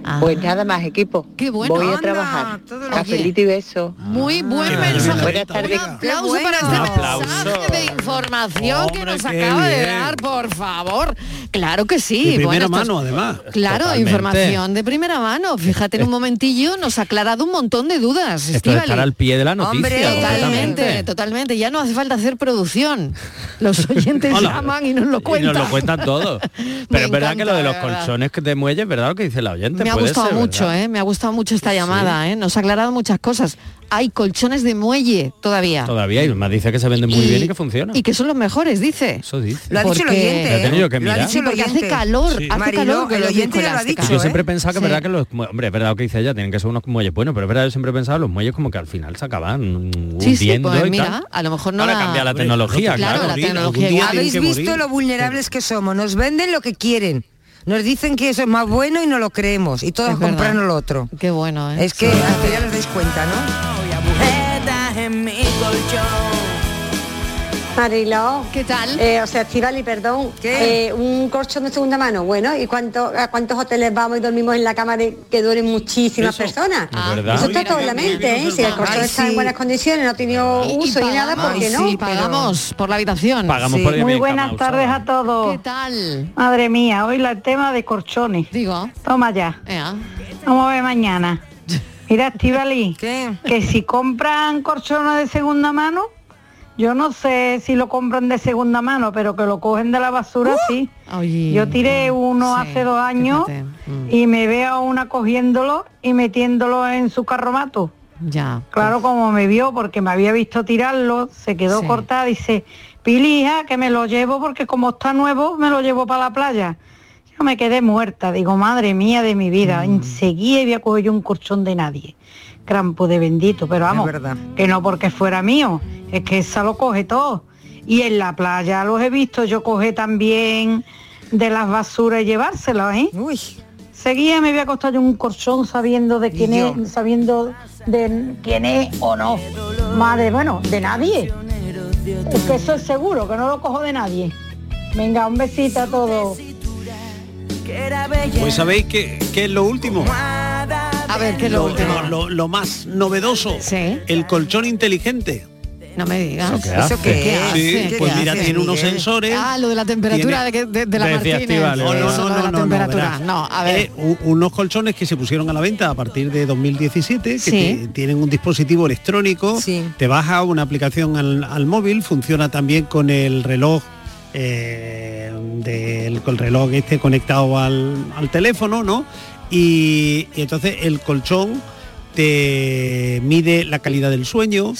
Ah. Pues nada más, equipo. bueno, Voy a anda, trabajar. todo lo Cafelito y beso. Muy buen Qué mensaje. Buenas tardes. aplauso para este mensaje de información que Hombre, nos qué acaba de bien. dar, por favor. Claro que sí. De primera esto es- mano, además. Claro, Totalmente. información de primera mano. Fíjate, en un momentillo nos ha aclarado un montón de dudas, Esto de Estíbaliz. estar al pie de la noticia. ¿eh? completamente. Totalmente, totalmente. Ya no hace falta hacer producción. Los oyentes Hola. llaman y nos lo Y cuentan. nos lo cuentan todo. Pero es verdad que lo de los colchones que te muelles, ¿verdad? Lo que dice la oyente. Me ha puede gustado ser, mucho, ¿verdad? ¿eh? me ha gustado mucho esta llamada, ¿eh? nos ha aclarado muchas cosas. Hay colchones de muelle todavía Todavía, y más dice que se vende muy Y- bien y que funciona. y que son los mejores, dice. Eso dice. Lo ha dicho el Porque- oyente, Lo he tenido que ¿eh? Lo ha mirar. dicho el Porque hace oyente. calor, hace Mariló, calor con el los oyente ya lo ha discolásticas. dicho, Yo siempre ¿eh? he pensado que Sí. verdad que los mu- hombre, es verdad lo que dice ella, tienen que ser unos muelles buenos, pero es verdad, yo siempre he pensado los muelles como que al final se acaban mm, Sí, sí, hundiendo pues y mira, tal. a lo mejor no Ahora la- cambia la Hombre, tecnología, claro, claro. la tecnología Habéis visto lo vulnerables que somos. Nos venden lo que quieren. Nos dicen que eso es más bueno y no lo creemos. Y todos Es verdad. comprarnos lo otro. Qué bueno, ¿eh? Es que al final os dais cuenta, ¿no? en mi colchón. Mariló. Eh, ¿Qué tal? o sea, Estivali, perdón. Eh, un colchón de segunda mano. Bueno, ¿y cuánto, a cuántos hoteles vamos y dormimos en la cama de que duelen muchísimas personas? Ah. Eso verdad. está todo en la mente, ¿eh? Si el colchón Ay, está sí. en buenas condiciones, no ha tenido uso ni nada, ¿por qué Ay, no? sí, pagamos por la habitación. Pagamos Sí. por el Muy bien, buenas tardes a todos. ¿Qué tal? Madre mía, hoy la- el tema de colchones. Digo. Toma ya. Vamos a ver mañana. Mira, Estivali, que si compran colchones de segunda mano, yo no sé si lo compran de segunda mano, pero que lo cogen de la basura, ¡Uh! sí. Yo tiré uno hace dos años mm. y me veo a una cogiéndolo y metiéndolo en su carromato. Ya. Claro, como me vio, porque me había visto tirarlo, se quedó Sí. cortada, dice, Pili, hija, que me lo llevo porque como está nuevo, me lo llevo para la playa. Yo me quedé muerta, digo, madre mía de mi vida, Mm. enseguida había cogido un colchón de nadie. Crampo de bendito, pero vamos, que no porque fuera mío, es que esa lo coge todo. Y en la playa los he visto, yo coge también de las basuras y llevárselas, ¿eh? Uy. Seguía me voy a costar yo un colchón sabiendo de quién yo. es, sabiendo de quién es o no. Madre, bueno, de nadie. Es que eso es seguro, que no lo cojo de nadie. Venga, un besito a todos. Pues sabéis que, que es lo último. A ver, ¿qué es lo último? Lo, lo más novedoso. El colchón inteligente. No me digas. ¿Eso qué ¿Eso hace? qué hace? Sí, ¿Qué pues hace, mira, tiene unos Miguel? sensores. Ah, lo de la temperatura de, que- de- de la Decía Martínez. Estíbaliz, Eso, ¿verdad? lo de la temperatura. verás. No, a ver. Eh, u- unos colchones que se pusieron a la venta a partir de 2017, que Sí. te- tienen un dispositivo electrónico, te baja una aplicación al, al móvil, funciona también con el reloj eh, del con el reloj este conectado al, al teléfono, ¿no? Y, y entonces el colchón te mide la calidad del sueño,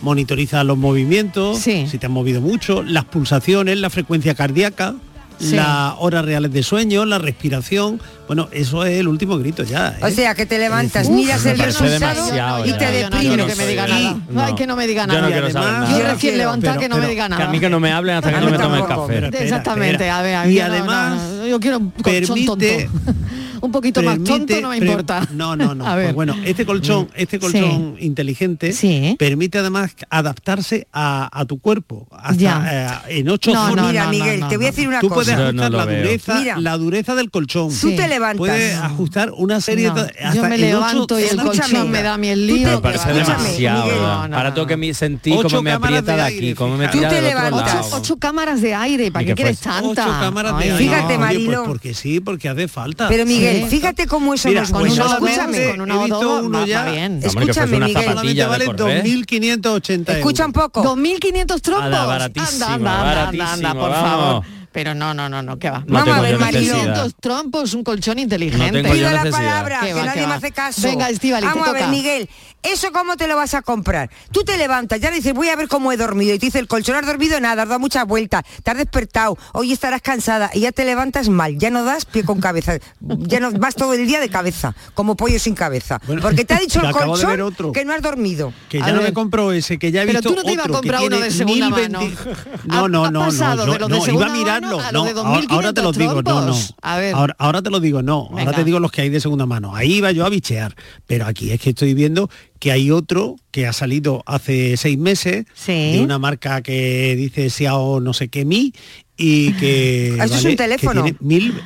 monitoriza los movimientos, si te has movido mucho, las pulsaciones, la frecuencia cardíaca, Sí. las horas reales de sueño, la respiración. Bueno, eso es el último grito ya. ¿eh? O sea, que te levantas, Uf, miras me el parece resultado demasiado y ya. te Yo no, yo deprimes. no que me diga nada. Ay, que no me diga Yo nada. no quiero saber nada. Yo recién levantada que no me diga Que nada. a mí que no me hablen hasta que no me tome el café. Exactamente, a ver, a mí Y no, no, además no, yo quiero un colchón permite- tonto. un poquito más tonto, Permite- no me pre- importa. No, no, no. A Pues ver. bueno, este colchón, Mm. este colchón inteligente permite además adaptarse a, a tu cuerpo. Hasta, Ya. eh, en ocho No, no, zonas. Mira, no, Miguel, no, te voy a no, decir no. una Tú cosa. puedes Yo no ajustar lo la veo. dureza, Mira. la dureza del colchón. Tú Sí. te levantas. Puedes ajustar una serie No, de- hasta yo me en ocho levanto y el zonas. colchón me da a mí el lío. Me parece demasiado. No, no, Ahora tengo que mi- sentir Ocho cómo me cámaras aprieta de de aire, aquí, cómo me fíjate. tira Tú te del otro levantas. lado. Ocho, ocho cámaras de aire, ¿para Ni qué que quieres fuese tanta? Ocho cámaras Ay, de no. Oye, pues porque sí, porque hace falta. Pero Miguel, fíjate cómo eso Mira, no es Con bueno. una, Escúchame. con una he visto uno ya. Hombre, que fuese Escúchame, una Miguel. zapatilla Solamente de Corvée. vale 2.580 euros. Escucha un poco. 2.500 trompos. Ala, baratísimo, anda, anda, anda, baratísimo, anda, por vamos. favor. Pero no, no, no, no, que va. No Vamos tengo a ver, yo Mariló. necesidad. 500 trompos, un colchón inteligente. No tengo yo Pido la necesidad. palabra, Qué que va, qué nadie me va. hace caso. Venga, Estivali, Vamos te a ver, toca. Miguel, ¿eso cómo te lo vas a comprar? Tú te levantas, ya le dices, voy a ver cómo he dormido. Y te dice, el colchón has dormido nada, has dado muchas vueltas, te has despertado, hoy estarás cansada. Y ya te levantas mal, ya no das pie con cabeza. Ya no vas todo el día de cabeza, como pollo sin cabeza. Porque te ha dicho me el acabo de ver colchón otro. que no has dormido. Que ya no me compro ese, que ya he Pero visto tú no te ibas a otro que comprar uno tiene de segunda 1020. mano. No, no, Ha- ha no, pasado no, de los de no, iba segunda a mano mirarlo. a No, los de ahora, ahora te lo digo, no, no. 2.500 A ver. Ahora, ahora te lo digo, no. Venga. Ahora te digo los que hay de segunda mano. Ahí iba yo a bichear, pero aquí es que estoy viendo que hay otro que ha salido hace seis meses de una marca que dice Xiao no sé qué mi y que Ah, Eso es un que teléfono. tiene mil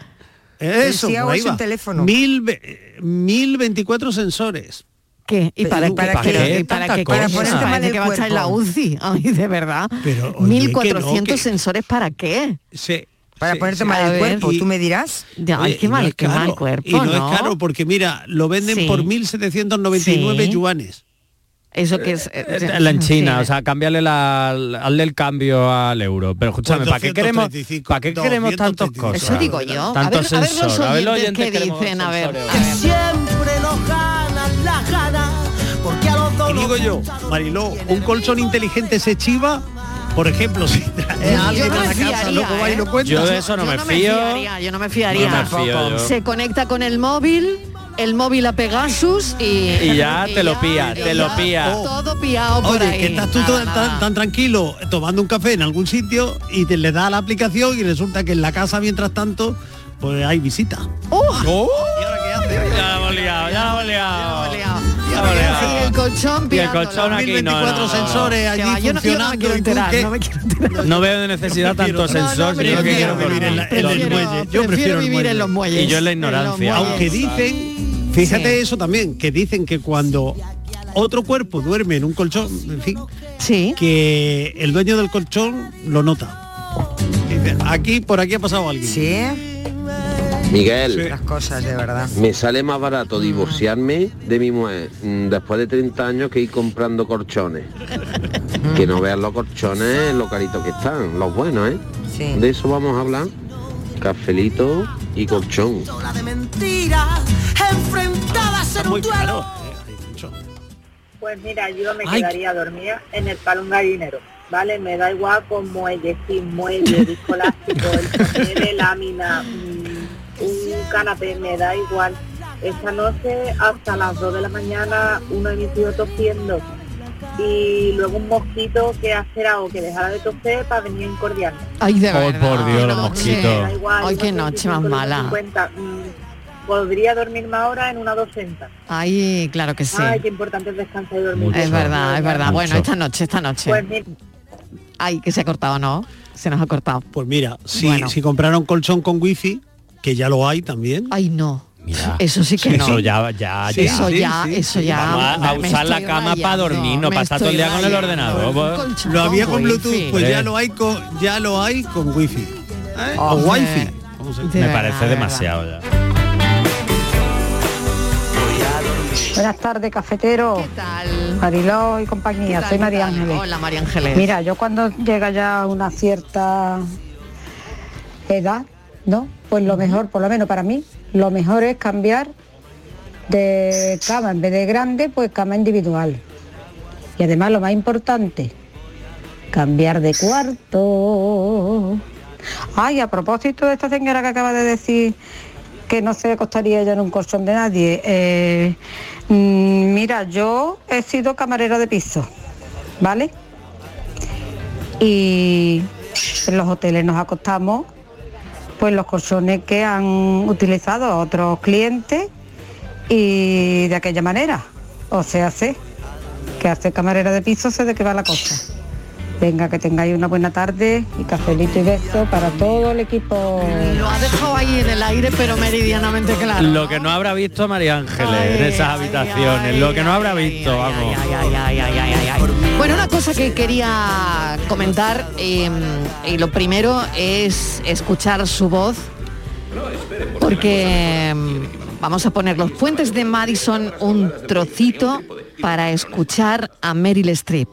eso, El Xiao por ahí es un va. teléfono. Mil, ve- eh, mil veinticuatro sensores. ¿Qué? ¿Y para, Pero, qué? ¿para Pero, qué? ¿y para Tanta qué? cosa. Parece Para ponerte mal el que va a estar en la cuerpo. UCI, ay, de verdad. Pero, oye, que no, 1.400 que- sensores, ¿para qué? para ponerte mal el cuerpo, tú me dirás. Ya, Oye, qué y no mal- es qué mal caro, cuerpo, Y no, ¿no? es caro porque mira, lo venden Sí. por 1799 Sí. yuanes. Eso que es... Eh, La en China, o sea, cambiarle la, la- hazle el cambio al euro. Pero escúchame, ¿para qué queremos, 235, para qué queremos tantas 235. cosas? Eso digo yo. A ver, Tantos a ver los sensores. A ver los oyentes oyentes qué queremos dicen, a ver. sensores. a ver. Siempre nos ganan las ganas, porque a los dos Y digo yo, Mariló, un colchón inteligente se chiva, por ejemplo, si trae Yo- a alguien yo no a me la casa, fiaría, luego va y ¿eh? lo cuenta. Yo de eso no Yo me no fío. me fiaría, yo no me fiaría. No me fío Tampoco. yo. Se conecta con el móvil, el móvil a Pegasus y... Y ya te lo pía, te lo pía. Todo piado Oh, por Oye, ahí. que estás tú tan, tan- tan tranquilo tomando un café en algún sitio y te le da la aplicación y resulta que en la casa mientras tanto pues hay visita. ¡Oh! Ya la hemos liado, ya la hemos liado. Ya la hemos Sí, liado. el colchón Y el piándolo. colchón aquí no, no, 1024 no, no. sensores allí va, Ah, yo no- yo no me funcionando. quiero ¿y tú enterar, qué? no me No veo de necesidad tantos sensores. Yo lo que quiero es dormir. prefiero- prefiero vivir en los muelles. Y yo en la En los ignorancia. muelles. Aunque dicen, fíjate eso también, que dicen que cuando otro cuerpo duerme en un colchón, en fin, que el dueño del colchón lo nota. Dice, aquí, por aquí ha pasado alguien. Sí. Miguel, Las cosas, de verdad. Mm. me sale más barato divorciarme de mi mujer mm, después de 30 años que ir comprando colchones. Mm. que no vean los colchones lo caritos que están, los buenos, ¿eh? Sí. De eso vamos a hablar. Cafelito y colchón. de mentiras, enfrentadas en un duelo. Pues mira, yo me Ay. quedaría dormida en el palón gallinero, ¿vale? Me da igual con muelle, sin muelle, disco elástico, el coche de lámina, mm, un canapé, me da igual. Esta noche hasta las 2 de la mañana uno de mis hijos tosiendo y luego un mosquito que ha esperado que dejara de toser para venir a incordiarme. Ay, de Oh, verdad. por Dios, los no, mosquitos. que- Da Ay, qué noche más mala. 50, mm, podría dormirme ahora en una docenta. Ay, claro que sí. Ay, qué importante es descansar y dormir. Pues Es verdad, es verdad. Bueno, Mucho. esta noche, esta noche. Ay, que se ha cortado, ¿no? Se nos ha cortado. Pues mira, si, Bueno. si compraron colchón con wifi, que ya lo hay también. Ay, no. Eso sí que no. Eso ya, ya, Sí, ya. eso ya, eso ya. Vamos a, a Me usar la estoy cama para rayando, dormir, no me pasar todo estoy el día con el rayando. ordenador. pues. Lo había con Bluetooth, pues ya Eh, lo hay con, ya lo hay con wifi. ¿eh? O Hombre, wifi. como se- Me parece demasiado ya. Buenas tardes, cafetero. ¿Qué tal? Mariló y compañía. ¿Qué tal, Soy qué María tal? Ángeles. Hola, María Ángeles. Mira, yo cuando llega ya una cierta edad, ¿no? Pues lo mejor, por lo menos para mí, lo mejor es cambiar de cama. En vez de grande, pues cama individual. Y además lo más importante, cambiar de cuarto. Ay, a propósito de esta señora que acaba de decir que no se acostaría ella en un colchón de nadie. eh, mm, mira, yo he sido camarera de piso, ¿vale? Y en los hoteles nos acostamos pues los colchones que han utilizado otros clientes y de aquella manera. O sea, sé que hace camarera de piso, sé de qué va la cosa. Venga, que tengáis una buena tarde y cafelito y beso para todo el equipo. Lo ha dejado ahí en el aire, pero meridianamente claro. Lo que no habrá visto María Ángeles en esas habitaciones, lo que no habrá visto, vamos. Bueno, una cosa que quería comentar, eh, y lo primero es escuchar su voz, porque mm, vamos a poner los puentes de Madison un trocito para escuchar a Meryl Streep.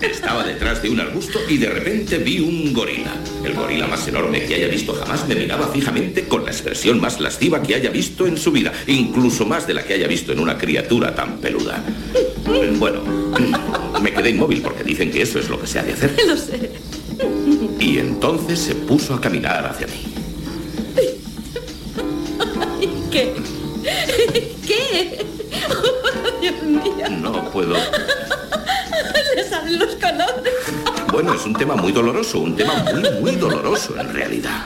Estaba detrás de un arbusto y de repente vi un gorila. El gorila más enorme que haya visto jamás me miraba fijamente con la expresión más lasciva que haya visto en su vida, incluso más de la que haya visto en una criatura tan peluda. Bueno, me quedé inmóvil porque dicen que eso es lo que se ha de hacer. Lo sé. Y entonces se puso a caminar hacia mí. ¿Qué? ¿Qué? Oh, Dios mío. No puedo... Le salen los colores. Bueno, es un tema muy doloroso, un tema muy, muy doloroso en realidad.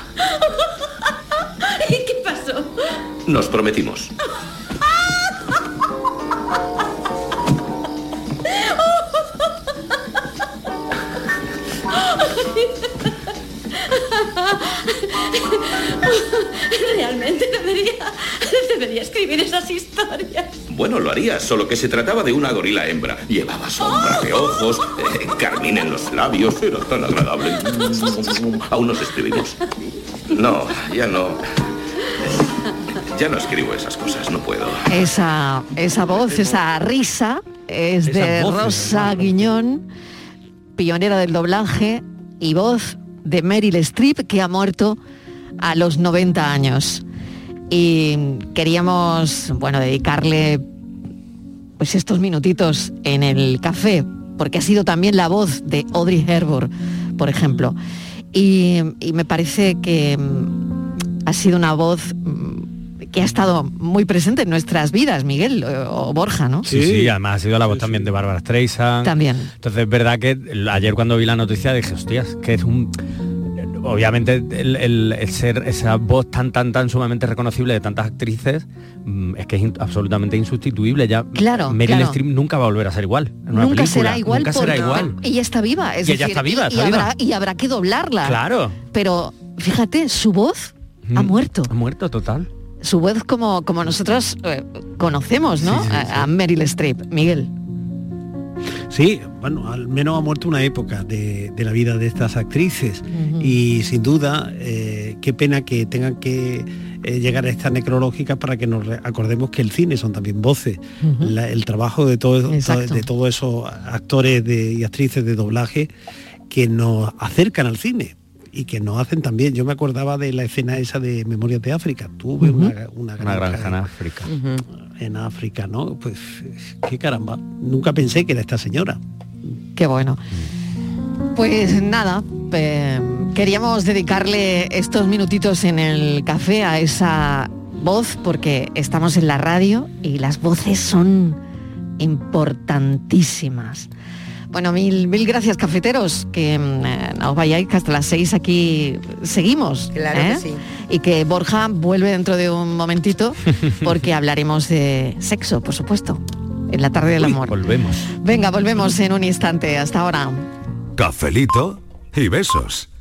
¿Y qué pasó? Nos prometimos. Realmente debería, debería escribir esas historias. Bueno, lo haría, solo que se trataba de una gorila hembra. Llevaba sombra de ojos, eh, carmín en los labios, era tan agradable. Aún nos escribimos. No, ya no. Ya no escribo esas cosas, no puedo. Esa, esa voz, esa risa es de Esas voces, Rosa Guiñón, pionera del doblaje y voz de Meryl Streep, que ha muerto a los 90 años. Y queríamos, bueno, dedicarle pues estos minutitos en el café, porque ha sido también la voz de Audrey Hepburn, por ejemplo. Y, y me parece que mm, ha sido una voz mm, que ha estado muy presente en nuestras vidas, Miguel eh, o Borja, ¿no? Sí, sí, además ha sido la voz también de Bárbara Streisand. También. Entonces es verdad que el- ayer cuando vi la noticia dije, hostias, que es un... Obviamente el, el- el ser esa voz tan, tan, tan sumamente reconocible de tantas actrices mm, es que es in- absolutamente insustituible ya. Claro, Meryl claro. Streep nunca va a volver a ser igual. en una Nunca película, será igual Nunca será porque igual. ella está viva. Es Y ella decir, está viva, y, está Habrá, viva. y habrá que doblarla. Claro. Mm. Pero fíjate, su voz Ah. ha muerto. Ha muerto total. Su voz como, como nosotros eh, conocemos, ¿no? A, a Meryl Streep. Miguel. Sí, bueno, al menos ha muerto una época de, de la vida de estas actrices y sin duda eh, qué pena que tengan que eh, llegar a estas necrológicas para que nos re- acordemos que el cine son también voces, Ujú. La- el trabajo de todos Exacto. de todos esos actores de- y actrices de doblaje que nos acercan al cine y que nos hacen también. Yo me acordaba de la escena esa de Memorias de África. Tuve una, una Pues Una granja en en- África. en África, ¿no? Pues qué caramba. Nunca pensé que era esta señora. Qué bueno. Pues nada, eh, queríamos dedicarle estos minutitos en el café a esa voz porque estamos en la radio y las voces son importantísimas. Bueno, mil, mil gracias cafeteros, que mm, eh, no os vayáis, que hasta las seis aquí seguimos. ¿eh? Claro que sí. Y que Borja vuelve dentro de un momentito porque hablaremos de sexo, por supuesto, en la tarde del Uy, amor. volvemos. Venga, volvemos en un instante. Hasta ahora. Cafelito y besos.